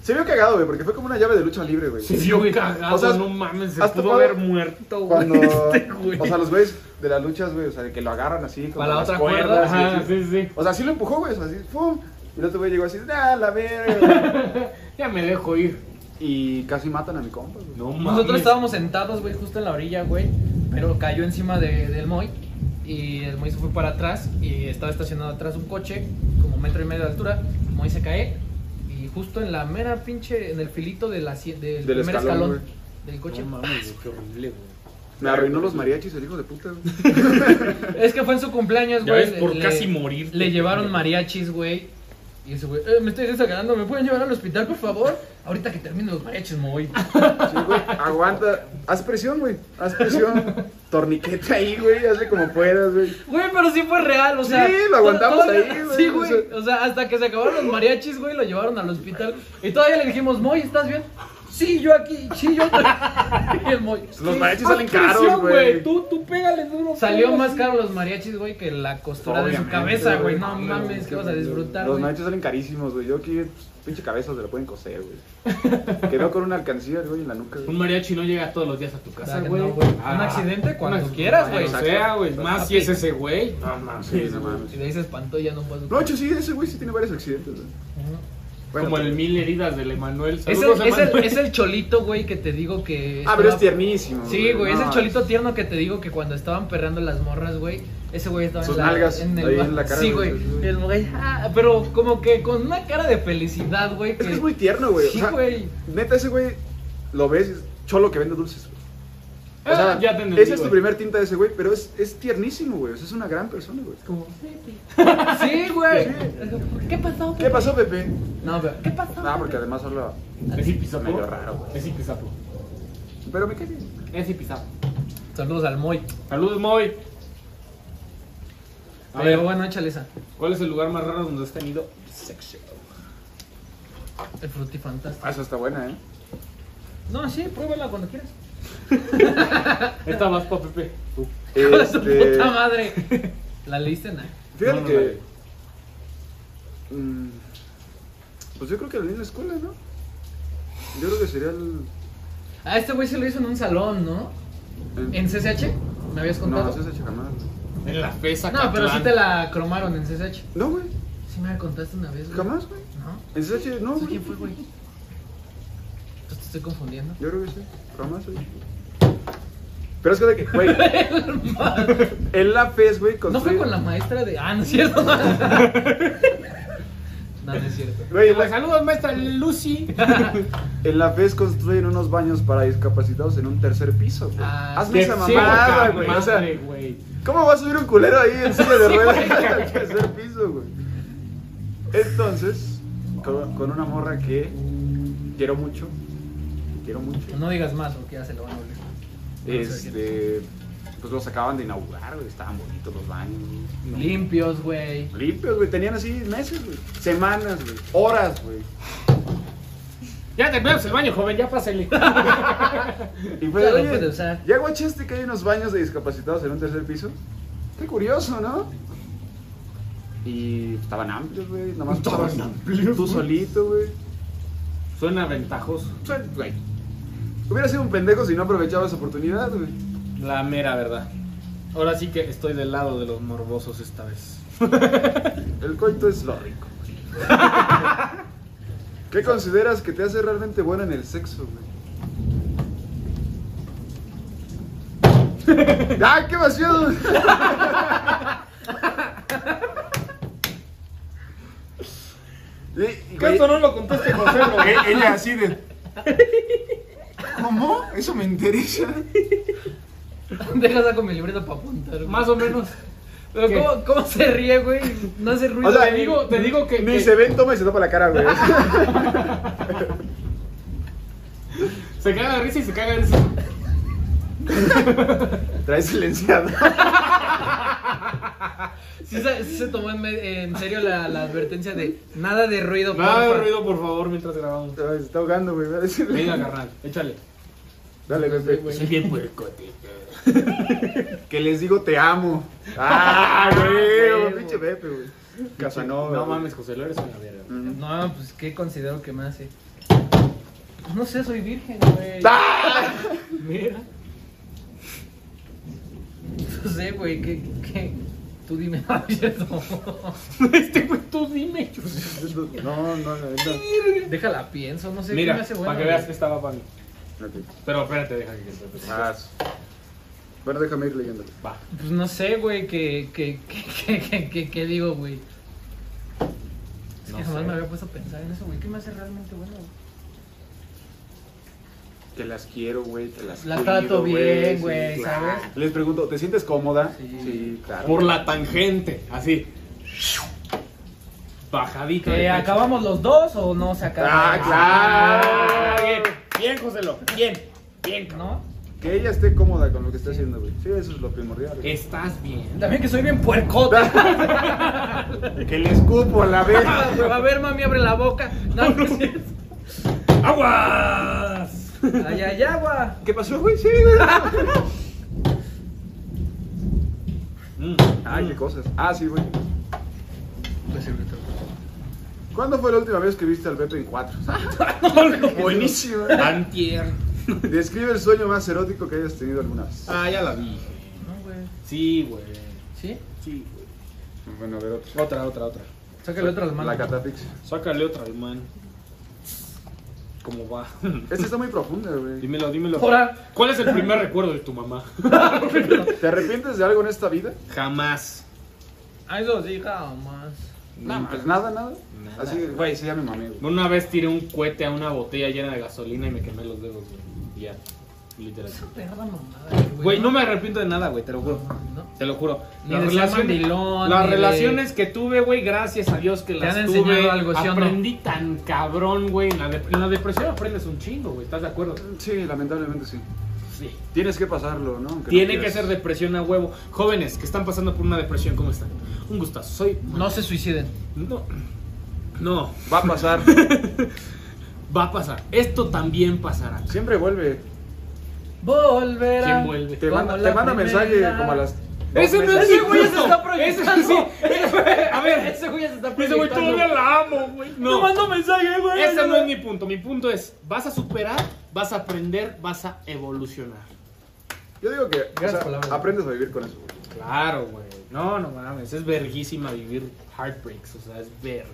S1: Se vio cagado, güey, porque fue como una llave de lucha libre, güey.
S2: Se
S3: Sí,
S2: vio
S3: güey.
S2: cagado,
S1: O sea,
S2: no mames, se
S1: has
S2: pudo
S1: topado-
S2: haber muerto, güey.
S1: Cuando.
S2: Este güey.
S1: o sea, los güeyes de las luchas, güey, o sea, de que lo agarran así. Con
S3: Para la
S1: las
S3: otra
S1: cuerdas,
S3: cuerda,
S1: y
S2: Ajá,
S1: así.
S2: sí, sí.
S1: O sea, sí lo empujó, güey, o sea, así, ¡pum! Y el otro güey llegó así, ¡ah, la verga!
S2: Ya me dejo ir.
S1: y casi matan a mi compa, güey.
S2: No mames.
S3: Nosotros estábamos sentados, güey, justo en la orilla, güey. Pero cayó encima de, del Moy. y el Moy se fue para atrás y estaba estacionado atrás un coche como metro y medio de altura. El Moy se cae y justo en la mera pinche, en el filito de la, sie- del,
S1: Del
S3: primer
S1: escalón,
S3: escalón,
S1: güey.
S3: del coche.
S4: No mames, güey, qué horrible, güey.
S1: Me arruinó los mariachis, el hijo de puta. güey.
S3: Es que fue en su cumpleaños,
S4: Ya
S3: güey.
S4: ves, por
S3: le-
S4: casi morir.
S3: Le llevaron mariachis, güey. Y ese güey, "Eh, me estoy desagrando, ¿me pueden llevar al hospital, por favor? Ahorita que terminen los mariachis, me voy.
S1: Sí, güey, aguanta. Haz presión, güey. Haz presión. Torniquete ahí, güey. Hazle como puedas, güey.
S3: Güey, pero sí fue real, o sea.
S1: Sí, lo aguantamos
S3: to- todavía-
S1: ahí, güey,
S3: Sí,
S1: o
S3: güey.
S1: sea.
S3: O sea, hasta que se acabaron los mariachis, güey, lo llevaron al hospital. Y todavía le dijimos, Moy, ¿estás bien? Sí, yo aquí, sí, yo. y el Moy.
S1: Los
S2: Ah,
S3: "Sí".
S1: mariachis salen caros, güey.
S4: Tú, tú pégale duro.
S3: Salió
S4: pégale.
S3: más caro los mariachis, güey, que la costura de su
S1: Obviamente,
S3: cabeza, güey.
S1: güey.
S3: No mames, que vas a disfrutar,
S1: Los
S3: güey.
S1: mariachis salen carísimos, güey. Yo aquí, pues, pinche cabeza se la pueden coser, güey. Quedó con una alcancía, güey, en la nuca.
S2: Un
S1: güey.
S2: mariachi no llega todos los días a tu casa,
S3: Claro que
S2: güey.
S3: no, güey.
S2: Ah,
S3: Un accidente cuando
S2: un acc-
S3: quieras, güey. Ah,
S2: O sea, güey. Más si es
S3: Papi.
S2: ese güey.
S1: No mames. Sí, no mames.
S3: Si le dices espantó, ya no puedo.
S1: No, de hecho, sí, ese güey sí tiene varios accidentes, güey. Bueno,
S2: Como
S1: pero-
S2: el mil heridas del Emanuel.
S3: Es
S2: Saludos,
S3: el, es, el,
S2: Emanuel.
S3: es el cholito, güey, que te digo que.
S1: Ah, pero
S3: estaba-
S1: es tiernísimo.
S3: Sí, güey, es
S1: No,
S3: el cholito tierno que te digo que cuando estaban perrando las morras, güey, ese güey estaba
S1: Sus
S3: en, la,
S1: nalgas,
S3: en el
S1: ahí
S3: ba-
S1: en la cara
S3: Sí,
S1: de
S3: güey.
S1: los dos, güey.
S3: El güey, ah, pero como que con una cara de felicidad, güey.
S1: Es que es muy tierno, güey. O
S3: Sí,
S1: sea,
S3: güey.
S1: Neta, ese güey lo ves, es cholo que vende dulces, güey. O
S2: Ah,
S1: sea,
S2: ya te entendí,
S1: esa es tu
S2: güey.
S1: primer tinta de ese güey, pero es, es tiernísimo, güey. O sea, es una gran persona, güey.
S3: Sí, güey.
S1: Sí.
S3: ¿Qué pasó?
S1: ¿Qué pasó, Pepe?
S3: No, pero. ¿Qué pasó?
S1: Ah, porque además habla
S2: Es hipisapo.
S1: medio raro, güey.
S2: Es hipisapo.
S1: Pero me cae bien.
S2: Es hipisapo.
S3: Saludos al Moy.
S2: Saludos, Moy. A
S3: Pero
S2: ver,
S3: bueno, échale esa.
S2: ¿cuál es el lugar más raro donde has tenido sexo?
S3: El frutifantástico.
S1: Ah, esa está buena, ¿eh?
S3: No, sí, pruébala cuando quieras.
S2: Esta vas pa' Pepe.
S3: Hijo de
S1: Este,
S3: su puta madre. ¿La leíste, nah?
S1: Fíjate
S2: No, no,
S1: que. mm, Pues yo creo que la misma escuela, ¿no? Yo creo que sería el.
S3: Ah, este güey se lo hizo en un salón, ¿no?
S1: el-
S3: ¿En CCH? ¿Me habías
S1: no,
S3: contado?
S1: no se jamás.
S2: En la FESA.
S3: No, pero sí te la cromaron en CCH.
S1: No, güey.
S3: Sí me la contaste una vez, güey.
S1: Jamás, güey.
S3: ¿No?
S1: En CH, no,
S3: ¿Entonces
S1: güey.
S3: quién fue, güey? Pues te estoy confundiendo.
S1: Yo creo que sí. Jamás, güey. Pero es que de que, güey, en la FES, güey,
S3: ¿No fue
S1: construyen-
S3: con la maestra de...? Ah, no es cierto. No, no es cierto.
S1: Güey, en la-
S2: saludos, maestra Lucy.
S1: En la FES construyen unos baños para discapacitados en un tercer piso, güey.
S3: Ah,
S1: Hazme esa mamada, güey. O sea,
S2: Madre, güey.
S1: ¿Cómo va a subir un culero ahí en silla de ruedas al tercer piso, güey? Entonces, con, con una morra que quiero mucho, quiero mucho,
S3: No digas más porque ya se lo van a volver.
S1: este, pues los acaban de inaugurar, güey, estaban bonitos los baños, güey.
S3: Limpios, güey.
S1: limpios, güey, tenían así meses, güey, semanas, güey, horas, güey.
S2: Ya terminamos el baño, joven, ya pásale.
S1: Y fue,
S3: Ya lo
S1: oye,
S3: puede usar.
S1: ¿ya guachaste que hay unos baños de discapacitados en un tercer piso? Qué curioso, ¿no? Y estaban amplios, güey, nomás
S2: Estaban
S1: pasabas
S2: amplios,
S1: tú
S2: güey.
S1: solito, güey.
S2: Suena ventajoso.
S1: O sea, güey, Hubiera sido un pendejo si no aprovechaba esa oportunidad, güey.
S2: La mera verdad. Ahora sí que estoy del lado de los morbosos esta vez.
S1: El coito es lo rico. güey. ¿Qué consideras que te hace realmente bueno en el sexo, güey? ¡Ah, qué vacío! Y- y, güey,
S2: no lo contaste, José?
S1: e- Ella así de... ¿Cómo? Eso me interesa.
S3: Deja saco mi libreta para apuntar, güey.
S2: Más o menos.
S3: Pero
S2: ¿Qué?
S3: ¿cómo, ¿cómo se ríe, güey? No hace ruido.
S1: O sea,
S2: te digo, te digo que.
S1: Ni
S2: que-
S1: se ven, toma y se tapa la cara, güey.
S2: se caga de risa y se caga de risa.
S1: Trae silenciado.
S3: Sí se, sí se tomó en, me- en serio la, la advertencia de nada de ruido,
S2: Nada de
S3: porfa.
S2: ruido, por favor, mientras grabamos.
S1: Se está ahogando, güey. va a decirle.
S2: Venga, carnal, échale.
S1: Dale, Pepe.
S2: Soy bien puercote.
S1: Que les digo te amo. ¡Ah, güey!
S3: güey.
S1: Pinche Pepe, güey. Casanova.
S2: No Mm.
S1: güey.
S2: mames, José, lo eres una verga.
S1: Ujú.
S3: No, pues ¿qué considero que me hace? Pues, No sé, soy virgen, güey.
S2: Mira.
S3: No sé, güey, ¿qué, qué? Tú dime, ¿no es cierto?
S2: Este güey, tú dime.
S1: No, no, la neta.
S3: Déjala, pienso, no sé qué me
S2: Mira,
S3: hace bueno.
S2: para que
S3: güey.
S2: veas que estaba para mí.
S1: Ok.
S3: Ah.
S2: Pero espérate, deja que que- que- que-
S1: Vas. Bueno, déjame ir leyendo.
S2: Va.
S3: Pues no sé, güey, que, que, que, que, que, que- que digo, güey. Es
S2: No
S3: que jamás
S2: sé.
S3: me había puesto a pensar en eso, güey. ¿Qué me hace realmente bueno? güey?
S1: Te las quiero, güey, te las
S3: Las trato bien, güey, ¿sabes?
S1: Les pregunto, ¿te sientes cómoda?
S3: Sí.
S1: claro.
S2: Por la tangente, así. Bajadita.
S3: ¿Que
S2: de pecho.
S3: Eh, acabamos los dos o no se acaba?
S1: Ah,
S3: Ah.
S1: claro.
S2: Bien, bien, Joselo. Bien, bien. cabrón.
S3: ¿No?
S1: Que ella esté cómoda con lo que está haciendo, güey. Sí, eso es lo primordial. güey.
S2: Estás bien.
S3: También que soy bien puercota.
S1: Que le escupo a la vez.
S3: A ver, mami, abre la boca. No, no es cierto.
S2: ¡Aguas!
S3: Ay, ay, agua.
S1: ¿Qué pasó, güey? Sí, güey.
S2: Mm,
S1: Ay, qué
S2: mm.
S1: cosas. Ah, sí, güey.
S3: Pues sí, ahorita.
S1: ¿Cuándo fue la última vez que viste al Pepe en cuatro? Buenísimo.
S2: Antier.
S1: Describe el sueño más erótico que hayas tenido alguna vez.
S2: Ah, ya la vi.
S3: No, güey.
S2: Sí, güey.
S3: ¿Sí?
S2: Sí, güey.
S1: Bueno, a ver, otro.
S2: Otra, otra, otra.
S3: Sácale otra a las manos.
S1: La catafixia.
S2: Sácale otra, hermano. ¿Cómo va?
S1: Esta está muy profunda, güey.
S2: dímelo, dímelo.
S3: Ahora.
S2: ¿Cuál es el primer recuerdo de tu mamá?
S1: ¿Te arrepientes de algo en esta vida?
S2: Jamás.
S3: Ay, dos, sí, jamás.
S2: Nada.
S1: Pues nada, nada.
S2: Nada.
S1: Así, güey, sí, ya me mamé, güey.
S2: Una vez tiré un cohete a una botella llena de gasolina y me quemé los dedos, güey. Ya, literal.
S3: Esa perra mamada, güey.
S2: Güey, no me arrepiento de nada, güey, te lo juro.
S3: No.
S2: Te lo juro.
S3: Ni de ser mandilón,
S2: las
S3: ni de-
S2: relaciones que tuve, güey, gracias a Dios que
S3: Te
S2: las
S3: han
S2: tuve.
S3: enseñado algo, ¿sí o no?
S2: aprendí tan cabrón, güey. En, la dep- en la depresión aprendes un chingo, güey. ¿Estás de acuerdo?
S1: Sí, lamentablemente sí.
S2: Sí.
S1: Tienes que pasarlo, ¿no? Aunque no
S2: Tiene que
S1: quieras.
S2: ser depresión a huevo. Jóvenes que están pasando por una depresión, ¿cómo están? Un gustazo. Soy.
S3: No se suiciden.
S2: No. No.
S1: Va a pasar.
S2: Va a pasar. Esto también pasará.
S1: Siempre vuelve.
S3: Volverá.
S2: ¿Quién vuelve?
S1: Te
S3: Como
S1: manda,
S3: la
S1: te manda
S3: primera.
S1: mensaje como a las. dos
S2: Ese no es
S1: meses.
S2: ese güey,
S3: Ese
S2: eso.
S3: está proyectando.
S2: Ese sí. A ver,
S3: Ese güey ya se está
S2: ese güey
S3: proyectando.
S2: todavía la amo, güey.
S3: Te
S2: No,
S3: mando mensaje, güey.
S2: ese Este no es mi punto. Mi punto es, vas a superar, vas a aprender, vas a evolucionar.
S1: Yo digo que o
S3: Gracias
S1: sea,
S3: por la verdad.
S1: aprendes a vivir con eso. güey.
S2: Claro, güey. No, no mames, es verguísima vivir heartbreaks, o sea, es verguísima.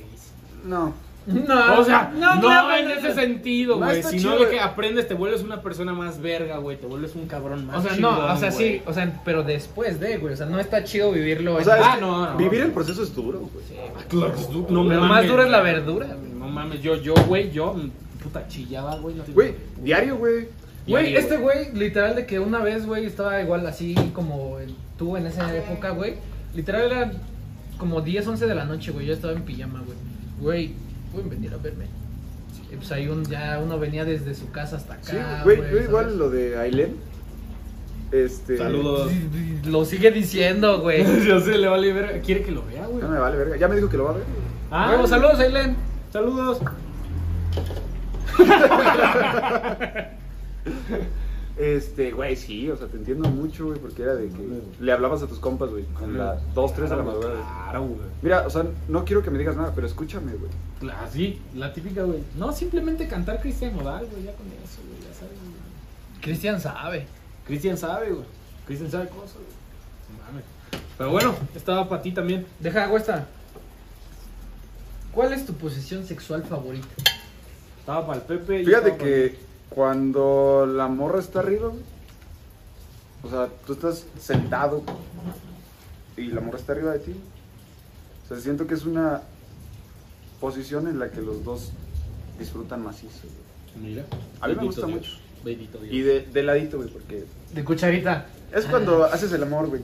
S1: No.
S3: No.
S2: Ah, O sea, no,
S3: claro,
S2: en ese sentido,
S1: No
S2: güey,
S1: está
S2: sino
S1: chido.
S2: de que aprendes, te vuelves una persona más verga, güey, te vuelves un cabrón más
S3: O sea,
S2: chingón,
S3: no, o sea,
S2: güey.
S3: sí, o sea, pero después de, güey, o sea, no está chido vivirlo.
S1: O
S3: en-
S1: sea, es
S2: Ah,
S1: que
S2: no, no.
S1: vivir el proceso es duro, güey.
S2: Ah, claro, es du- no
S3: Lo
S2: mames.
S3: más dura es la verdura, güey.
S2: No mames, yo, yo, güey, yo, puta chillaba, güey. no te-
S1: Güey, diario, güey.
S3: Güey,
S2: Diario,
S3: este güey, literal, de que una vez, güey, estaba igual así como el- tú en esa época, güey. Literal era como 10, 11 de la noche, güey. Yo estaba en pijama, güey. Güey, pueden venir a verme. Y pues ahí un, ya uno venía desde su casa hasta
S1: Sí,
S3: acá.
S1: güey. Yo igual
S3: ¿sabes?
S1: lo de Ailén. Este.
S2: Saludos.
S3: Sí, Lo sigue diciendo, güey.
S2: Yo sé, le vale ver. ¿Quiere que lo vea, güey?
S1: Ya me vale verga. Ya me dijo que lo va a ver.
S2: Ah,
S3: Bueno, saludos, Ailen.
S2: Saludos.
S1: Este, güey, sí, o sea, te entiendo mucho, güey, porque era de que le hablabas a tus compas, güey, en las 2, 3 de la madrugada. güey.
S2: Claro, güey.
S1: Mira, o sea, no quiero que me digas nada, pero escúchame, güey.
S2: Cla- Así, la típica, güey. No, simplemente cantar Cristian Nodal, güey, ya con eso, güey, ya sabes. güey.
S3: Cristian sabe.
S2: Cristian sabe, güey. Cristian sabe cosas, güey. No Mames. Pero bueno, estaba para ti también.
S3: Deja, hago esta. ¿Cuál es tu posición sexual favorita?
S2: Estaba para el Pepe. y
S1: Fíjate
S2: estaba pa'
S1: que cuando la morra está arriba, güey, o sea, tú estás sentado güey, y la morra está arriba de ti. O sea, siento que es una posición en la que los dos disfrutan macizo. güey.
S2: Mira.
S1: A mí me
S2: Bendito
S1: gusta
S2: Dios.
S1: mucho.
S2: Bendito Dios.
S1: Y de, de ladito, güey, porque
S3: De cucharita.
S1: es cuando haces el amor, güey.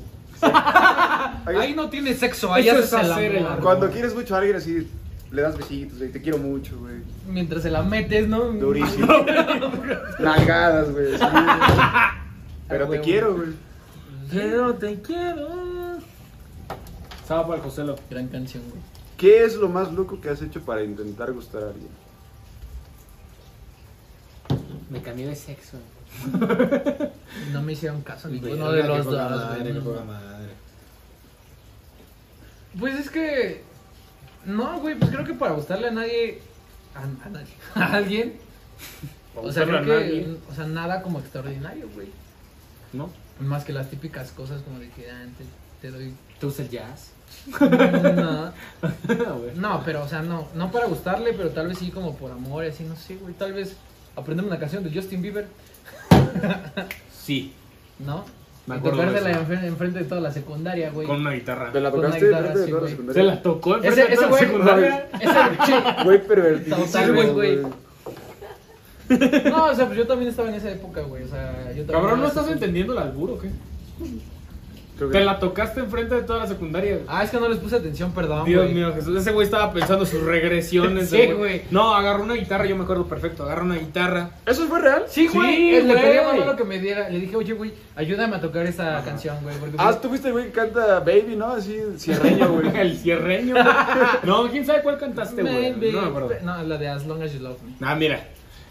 S1: Ahí-
S3: Ahí no tienes sexo, ahí
S2: Eso es
S3: haces el
S2: hacer el
S3: amor.
S2: amor.
S1: Cuando quieres mucho a alguien así, le das besitos, güey, te quiero mucho, güey.
S3: Mientras se la metes, ¿no?
S1: Durísimo. Nalgadas, güey. sí. Pero te
S3: huevo.
S1: quiero, güey.
S3: Pero te quiero.
S2: Estaba para el Joselo.
S3: Gran canción, güey.
S1: ¿Qué es lo más loco que has hecho para intentar gustar a alguien?
S2: Me cambié de sexo.
S3: No me hicieron caso ninguno de los dos. güey, no.
S2: madre.
S3: Pues es que. No, güey, pues creo que para gustarle a nadie. A, a nadie. A alguien. O sea, creo que. O sea, nada como extraordinario, güey.
S2: ¿No?
S3: Más que las típicas cosas como de que antes te doy.
S2: ¿Te gusta el jazz? Ah,
S3: No,
S2: güey.
S3: no, pero o sea, no. No para gustarle, pero tal vez sí como por amor, y así, no sé, güey. Tal vez aprender una canción de Justin Bieber,
S2: Sí.
S3: ¿no?
S2: Me
S3: Y
S2: acuerdo de
S3: tocártela
S2: eso.
S3: enfrente, enfrente de toda la secundaria, güey.
S2: Con una guitarra.
S1: ¿Te la
S3: Con
S1: tocaste
S3: una
S1: delante de
S3: guitarra,
S1: toda la
S2: Se
S3: sí, güey.
S1: secundaria?
S2: la tocó en
S3: Ese, ese güey.
S2: secundaria.
S3: Ese
S1: Güey pervertido.
S3: Total,
S1: güey,
S3: güey.
S1: güey.
S3: güey. No, o sea, pues yo también estaba en esa época, güey. O sea, yo también.
S2: Cabrón, ¿no
S3: era
S2: estás
S3: así.
S2: entendiendo el albur o qué?
S1: Creo que-
S2: Te la tocaste enfrente de toda la secundaria. güey.
S3: Ah, es que no les puse atención, perdón,
S2: Dios
S3: güey.
S2: mío, Jesús. Ese güey estaba pensando sus regresiones.
S3: Sí,
S2: de-
S3: güey.
S2: No, agarró una guitarra, yo me acuerdo perfecto. Agarró una guitarra.
S1: ¿Eso fue real?
S3: Sí,
S2: Sí,
S3: güey. eh, le
S2: güey.
S3: pedí a Manolo que me diera. Le dije, oye, güey, ayúdame a tocar esa canción, güey. Porque
S1: Ah, tú fuiste el güey que canta Baby, ¿no? Así, cierreño, güey.
S2: El cierreño. güey. No, quién sabe cuál cantaste, güey.
S3: Maybe-
S2: No me acuerdo.
S3: No, la de As Long As You Love Me.
S2: Ah, mira.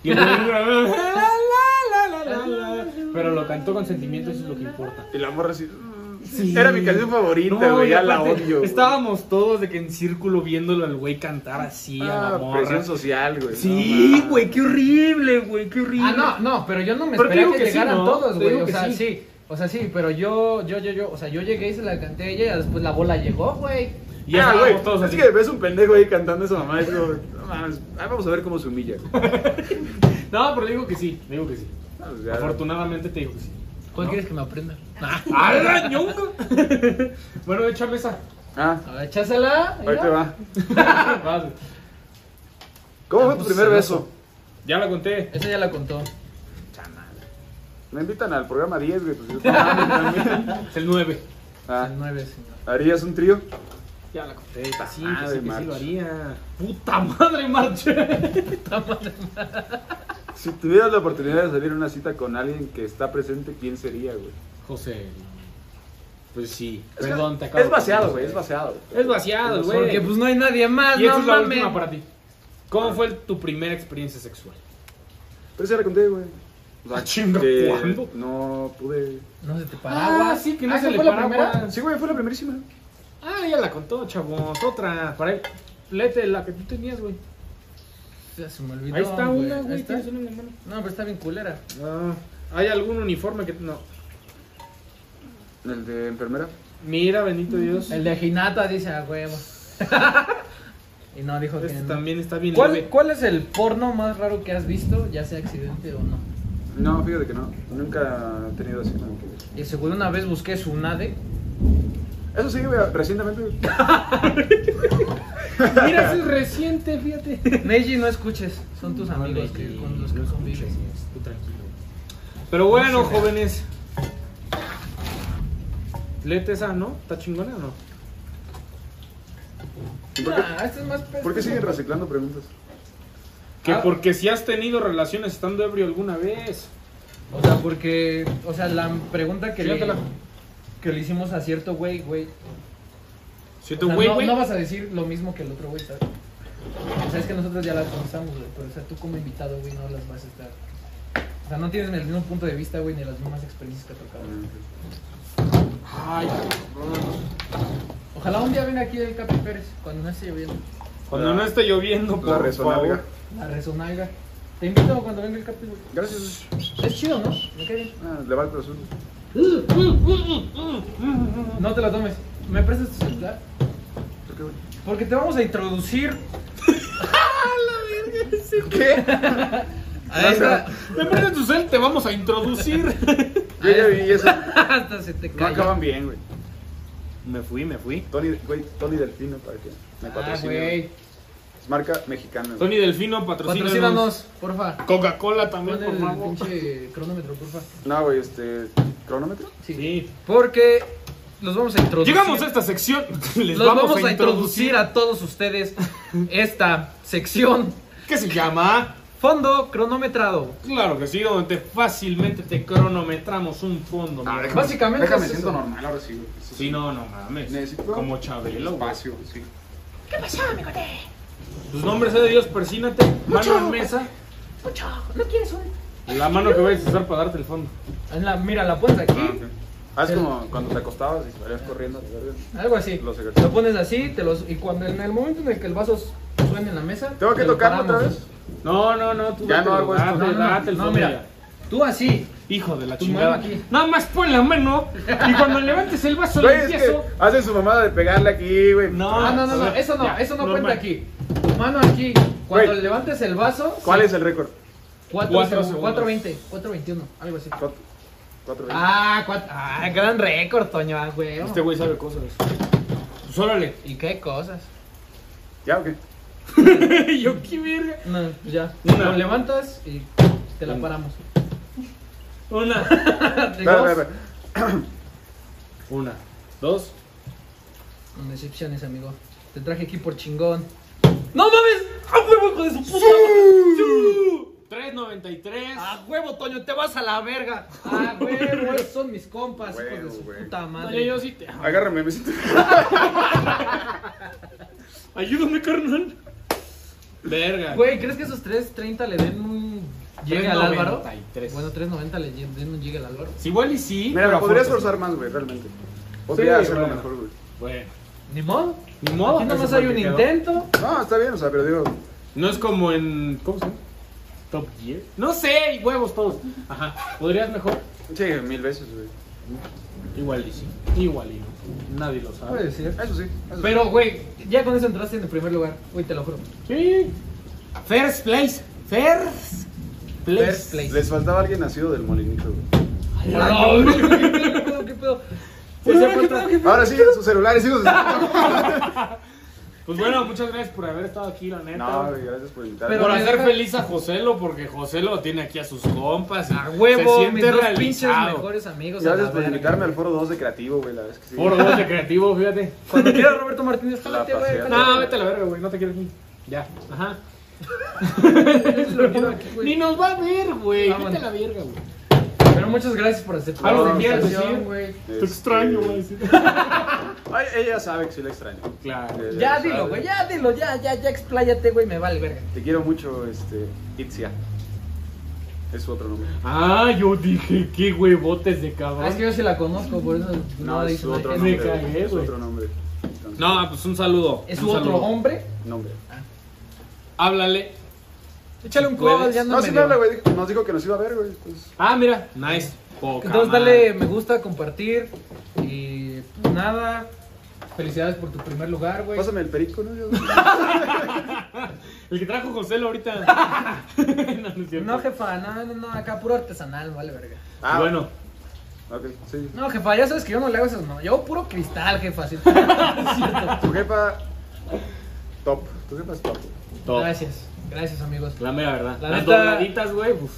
S2: Y el güey- la, la, la, la, la. Pero lo cantó con sentimiento, eso es lo que importa.
S1: Y la morra así. mm.
S2: Sí.
S1: Era mi canción favorita,
S2: No,
S1: güey.
S2: y
S1: ya la
S2: aparte,
S1: odio. güey. Ah,
S2: Estábamos todos de que en círculo viéndolo al güey cantar así a la
S1: Ah,
S2: morra.
S1: presión social, güey. No,
S2: Sí,
S1: mames.
S2: güey, qué horrible, güey, qué horrible.
S3: Ah, no, no, pero yo no me
S2: Pero te
S3: esperé
S2: digo
S3: que,
S2: que sí,
S3: llegaran
S2: ¿no?
S3: todos,
S2: Te
S3: güey.
S2: digo
S3: O
S2: que
S3: sea,
S2: sí.
S3: sí. O sea, sí, pero yo, yo, yo, yo, o sea, yo llegué y se la canté a ella y después la bola llegó, güey.
S2: Y ya
S1: ah,
S2: estábamos
S1: güey.
S2: todos
S1: es
S2: así.
S1: que ves un pendejo ahí cantando esa mamá. Es como, no mames. ah, vamos a ver cómo se humilla, güey.
S2: No, pero digo que sí, digo que sí.
S1: No, pues, ya.
S2: Afortunadamente te digo que sí.
S3: ¿Cuál
S2: ¿No?
S3: quieres que me aprenda? Ah,
S2: ¡Ala, ñonga! bueno, échame esa.
S1: Ah,
S3: a ver, échasela. mira.
S1: ahorita va.
S2: Vas.
S1: ¿Cómo
S3: Ah,
S1: fue tu
S3: pues,
S1: primer
S3: celoso.
S1: beso?
S2: Ya la conté.
S3: Esa ya la contó.
S1: Me invitan al programa 10, güey. Pues yo también.
S2: Es el 9.
S1: Ah,
S3: El 9, señor.
S1: ¿Harías un trío?
S2: Ya la conté. Que sí,
S1: madre,
S2: que sí, que sí
S1: March.
S2: lo haría. ¡Puta madre, marcha!
S1: Si tuvieras la oportunidad de salir a una cita con alguien que está presente, ¿quién sería, güey?
S2: José. Pues sí.
S1: Es que-
S2: Perdón, te acabo.
S1: Es vaciado, güey, es vaciado.
S2: Es vaciado, güey.
S3: Porque pues no hay nadie más,
S2: Y
S3: no
S2: esta es la
S3: mames.
S2: última para ti. ¿Cómo fue el- tu primera experiencia sexual?
S1: Pero se la conté, güey. O
S2: Ah, chinga,
S1: que
S2: ¿cuándo?
S1: No pude.
S3: No se te paraba.
S2: Ah, sí, que no se
S3: ¿esa
S2: le
S3: fue la
S2: paraba.
S3: primera.
S1: Sí, güey, fue la primerísima.
S2: Ah, ya la contó, chavos. Otra. Para él. Lete la que tú tenías, güey.
S3: Ya se me olvidó.
S2: Ahí está
S3: güey.
S2: una,
S3: Ahí
S2: güey.
S3: está.
S2: Tienes una en la mano.
S3: No, pero está bien culera.
S2: Ah, ¿Hay algún uniforme que.? No.
S1: El de enfermera.
S2: Mira, bendito Dios.
S3: El de Hinata dice a huevo. y no dijo que
S2: Este
S3: no.
S2: también está bien.
S3: ¿Cuál,
S2: leve.
S3: cuál es el porno más raro que has visto? Ya sea accidente o no.
S1: No, fíjate que no. Nunca he tenido así. como que-
S3: Y seguro una vez busqué Sunade.
S1: Eso sí, güey, recientemente. güey.
S2: Mira, ese es reciente, fíjate.
S3: Neji, no escuches. Son tus amigos que, con los que convives.
S2: Tú tranquilo. Pero bueno, jóvenes. Lete esa, ¿no? ¿Está chingona o no?
S1: ¿Y ¿Por qué,
S3: Ah, este es más pe-
S1: por qué siguen reciclando preguntas?
S2: Que
S3: Ah.
S2: porque si has tenido relaciones estando ebrio alguna vez.
S3: O sea, porque. O sea, la pregunta que, le,
S2: Fíjatela.
S3: que le hicimos a cierto güey, güey.
S2: Si
S3: O
S2: tu
S3: sea,
S2: güey,
S3: no,
S2: güey.
S3: no vas a decir lo mismo que el otro güey, ¿sabes? O sea, es que nosotros ya las contamos, güey, pero o sea, tú como invitado, güey, no las vas a estar. O sea, no tienes ni el mismo punto de vista, güey, ni las mismas experiencias que ha tocado.
S2: Ay, cabrón.
S3: Ojalá un día venga aquí el Capi Pérez, cuando no esté lloviendo.
S2: Cuando
S3: Ah.
S2: no esté lloviendo,
S1: La
S2: por favor.
S1: resonarga.
S3: La resonalga. Te invito cuando venga el Capi, güey.
S1: Gracias.
S3: Es chido, ¿no? Me cae bien.
S1: Ah, le va el azul.
S3: No te la tomes. ¿Me prestas tu celular?
S1: ¿Por qué, güey?
S3: Porque te vamos a introducir
S1: ¿Qué?
S3: a esta...
S2: Me prestas tu cel, te vamos a introducir.
S1: Yo ya vi eso.
S3: Hasta se te
S1: No
S3: cae.
S1: acaban bien, güey.
S2: me fui, me fui.
S1: Tony, güey, Tony Delfino, para que me
S3: Ah,
S1: patrocine. güey.
S3: güey.
S1: es marca mexicana, güey.
S2: Tony Delfino, patrocínanos.
S3: Patrocínanos, porfa.
S2: Coca-Cola
S3: Pon
S2: también, por
S3: el
S2: favor.
S3: pinche cronómetro, porfa.
S1: No, güey, este. ¿Cronómetro?
S3: Sí.
S2: Sí.
S3: Porque los vamos a introducir.
S2: Llegamos a esta sección. Les
S3: Los vamos, a introducir a todos ustedes esta sección
S2: ¿Qué se llama?
S3: fondo cronometrado.
S2: Claro que sí, donde te- fácilmente te cronometramos un fondo.
S1: Ah,
S2: mira.
S1: déjame-
S3: Básicamente
S1: Déjame
S3: es
S1: siento
S3: eso.
S1: normal ahora sí, güey. Eso
S2: sí, no, no mames.
S1: Necesito
S2: Como Chabelo. güey.
S1: Espacio, güey, sí.
S2: Tus nombres sea de Dios, persínate. Mano en mesa.
S3: ¿No quieres un?
S2: La mano que vayas a usar para darte el fondo.
S3: La, mira, la pones aquí,
S1: Ah, ok. Ah, es
S3: El-
S1: como cuando te acostabas y
S2: Ah.
S1: salías corriendo. ¿verdad?
S3: algo así.
S1: Los ejercicios.
S3: Lo pones así, te los y cuando en el momento en el que el vaso suene en la mesa,
S1: ¿Tengo que
S3: te lo
S1: tocarlo otra
S3: paramos.
S1: vez?
S2: No, no, no. Tú
S1: Ya
S2: date,
S1: no hago
S2: date,
S1: esto.
S3: No, no, no,
S2: date el
S3: no,
S2: fondo.
S3: mira.
S2: ya.
S3: Tú así.
S2: Hijo de la
S3: Tu
S2: chingada.
S3: mano aquí.
S2: Nada más pon la mano y cuando levantes el vaso
S1: Güey,
S2: le
S1: es que
S2: empiezo.
S1: hacen su mamada de pegarle aquí, güey.
S2: No.
S3: Ah, no, no,
S2: a
S3: no,
S2: ver,
S3: eso no,
S2: ya,
S3: eso no
S2: normal.
S3: cuenta aquí. Tu mano aquí. Cuando
S1: Güey.
S3: levantes el vaso,
S1: ¿Cuál es el récord?
S3: 4
S2: Cuatro
S3: segundos,
S2: segundos.
S3: 4.20, 4.21, algo así.
S1: ¿Cuánto? 4.20.
S3: Ah, cuat- ah, gran récord, Toño, ah, güey.
S2: Este güey sabe cosas. Pues órale.
S3: ¿Y qué cosas?
S1: ¿Ya o qué?
S2: Yo qué verga.
S3: No, pues ya.
S2: Una.
S3: Lo levantas y te la paramos.
S2: Una.
S1: Espera, espera, espera.
S2: Una. Dos.
S3: No decepciones, amigo. Te traje aquí por chingón.
S2: ¡No mames! ¡A huevo, hijo de su puta! madre! ¡3.93!
S3: ¡A huevo, Toño! ¡Te vas a la verga! ¡A huevo! Esos Ah, son mis compas, hijos
S1: Huevo,
S3: de su
S1: güey.
S3: puta
S2: Oye,
S3: madre.
S2: yo sí te amo.
S1: Agárrame, me siento.
S2: Ayúdame, carnal. Verga.
S3: Güey, ¿crees que esos 3.30 le den un llegue al Álvaro?
S2: 3.93.
S3: Bueno, 3.90 le den un llegue al Álvaro.
S2: Si igual y sí.
S1: Mira, me
S2: pero
S1: podría
S2: forzas.
S1: esforzar más, güey, realmente. Podría
S2: Sí,
S1: hacerlo
S2: bueno.
S1: mejor, güey.
S2: Bueno.
S3: Ni modo.
S2: Ni modo.
S3: Aquí nomás
S2: Ese
S3: hay
S2: fue el
S3: un
S2: que quedó.
S3: intento.
S1: No, está bien, o sea, pero digo,
S2: No es como en. ¿Cómo se llama? Top Gear. No sé, y huevos todos. Ajá. Podrías mejor.
S1: sí, mil veces, güey.
S2: Igual y sí. Igual y no. Nadie lo sabe.
S3: Puede ser.
S1: Eso sí, eso sí.
S3: Pero, güey, ya con eso entraste en el primer lugar. Güey, te lo juro.
S2: Sí. First place. First place.
S3: First place.
S1: Les faltaba alguien nacido del molinito, güey.
S3: Ay, güey, ¿Qué pedo? ¿Qué pedo?
S2: Pues
S3: Pues
S2: ya
S3: ya
S2: fue
S3: falta-
S1: Ahora sí, sus celulares, hijos. de-
S2: Pues bueno, muchas gracias por haber estado aquí, la neta.
S1: No, güey, gracias por invitarme.
S3: Pero
S2: por
S3: me
S2: hacer
S3: deja-
S2: feliz a Joselo, porque Joselo tiene aquí a sus compas. y
S3: A huevo,
S2: se siente
S3: mis dos pinches
S2: realizado.
S3: mejores amigos. a la
S1: Gracias por
S3: verga.
S1: invitarme al foro 2 de creativo, güey, la vez que sí.
S2: Por dos de creativo, fíjate.
S3: Cuando quiera Roberto Martínez, jálate,
S1: La
S3: güey.
S1: pasea.
S3: jálate.
S2: No, vete a la verga, güey, no te quiero aquí. Ya, ajá.
S3: Lo quiero aquí, güey.
S2: Ni nos va a ver, güey.
S3: Vámonos.
S2: Vete a la verga, güey.
S3: Pero muchas gracias por aceptar
S2: Algo
S3: la
S2: que quieras
S3: invitación,
S2: decir.
S3: güey.
S1: Este,
S2: decir.
S1: Ay, ella sabe que sí la extraño.
S2: Claro.
S1: Ella
S3: Ya
S1: sabe.
S3: dilo, güey, ya dilo, ya, ya, ya expláyate, güey, me vale verga.
S1: Te quiero mucho, este, Itzia. Es su otro nombre.
S2: Ah, yo dije, qué huevotes de
S3: Ah, es que
S2: cabrón.
S3: yo sí la conozco, por eso no,
S1: No, es
S3: dice
S1: su otro
S3: nada.
S1: nombre.
S2: Me cagué,
S1: güey, Es su
S2: güey.
S1: otro nombre. Entonces,
S2: No, pues un saludo.
S3: Es
S2: un
S3: su otro
S2: saludo.
S3: hombre.
S1: Nombre.
S2: Háblale.
S3: Échale un
S2: ¿Puedes?
S3: call, ya no,
S1: No,
S3: me
S1: sí me
S3: dio.
S1: habla, güey. Nos dijo que nos iba a ver, güey. Pues,
S2: Ah, mira, nice. Poca
S3: Entonces
S2: madre.
S3: dale me gusta, compartir y pues, nada. Felicidades por tu primer lugar, güey.
S1: pásame el perico, ¿no? Yo-
S2: El que trajo Joselo ahorita. no, no es cierto.
S3: No, jefa, no, no, no, acá puro artesanal, vale verga.
S1: Ah,
S2: bueno,
S1: Ok, sí.
S3: No, jefa, ya sabes que yo no le hago esas, no. Yo puro cristal, jefa. sí. Es cierto.
S1: Tu jefa. Top. Tu jefa es top.
S2: top.
S3: Gracias, gracias, amigos.
S2: La mera verdad.
S3: Ah, La
S2: Las
S3: neta-
S2: dobladitas, güey. uf,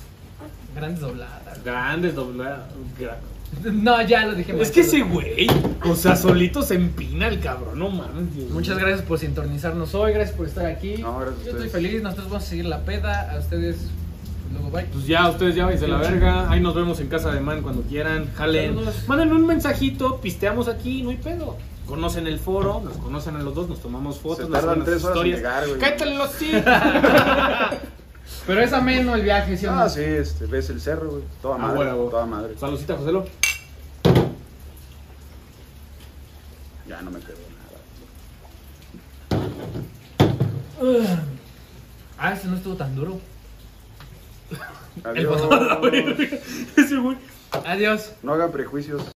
S3: Grandes dobladas.
S2: Grandes dobladas. gra-
S3: No, ya lo dije.
S2: Es que ese güey, o sea, solito se empina el cabrón, no mames. Dios mío.
S3: Muchas gracias por sintonizarnos hoy, gracias por estar aquí.
S1: No, gracias a
S3: Yo estoy
S1: ustedes.
S3: feliz, nosotros vamos a seguir la peda, a ustedes luego bye.
S2: Pues ya, ustedes ya váyanse a la verga. Ahí nos vemos en casa de man cuando quieran. Jalen.
S3: Saludos.
S2: Manden un mensajito, pisteamos aquí, no hay pedo. Conocen el foro, nos conocen a los dos, nos tomamos fotos,
S1: Se
S2: nos
S1: tardan
S2: suben
S1: tres
S2: las
S1: horas en
S2: historias.
S1: llegar,
S3: Pues,
S1: güey. Ah,
S2: Cállate los sí.
S3: Pero es ameno el viaje, ¿sí o no?
S1: Ah, sí, este, ves el cerro, güey. Toda
S2: Ah,
S1: madre.
S2: huevo.
S1: Toda madre.
S2: Saludcita, Joselo.
S1: Ya no me quedo nada.
S3: Ah, ese no estuvo tan duro.
S1: Adiós.
S2: Ese güey.
S3: Adiós.
S1: No hagan prejuicios.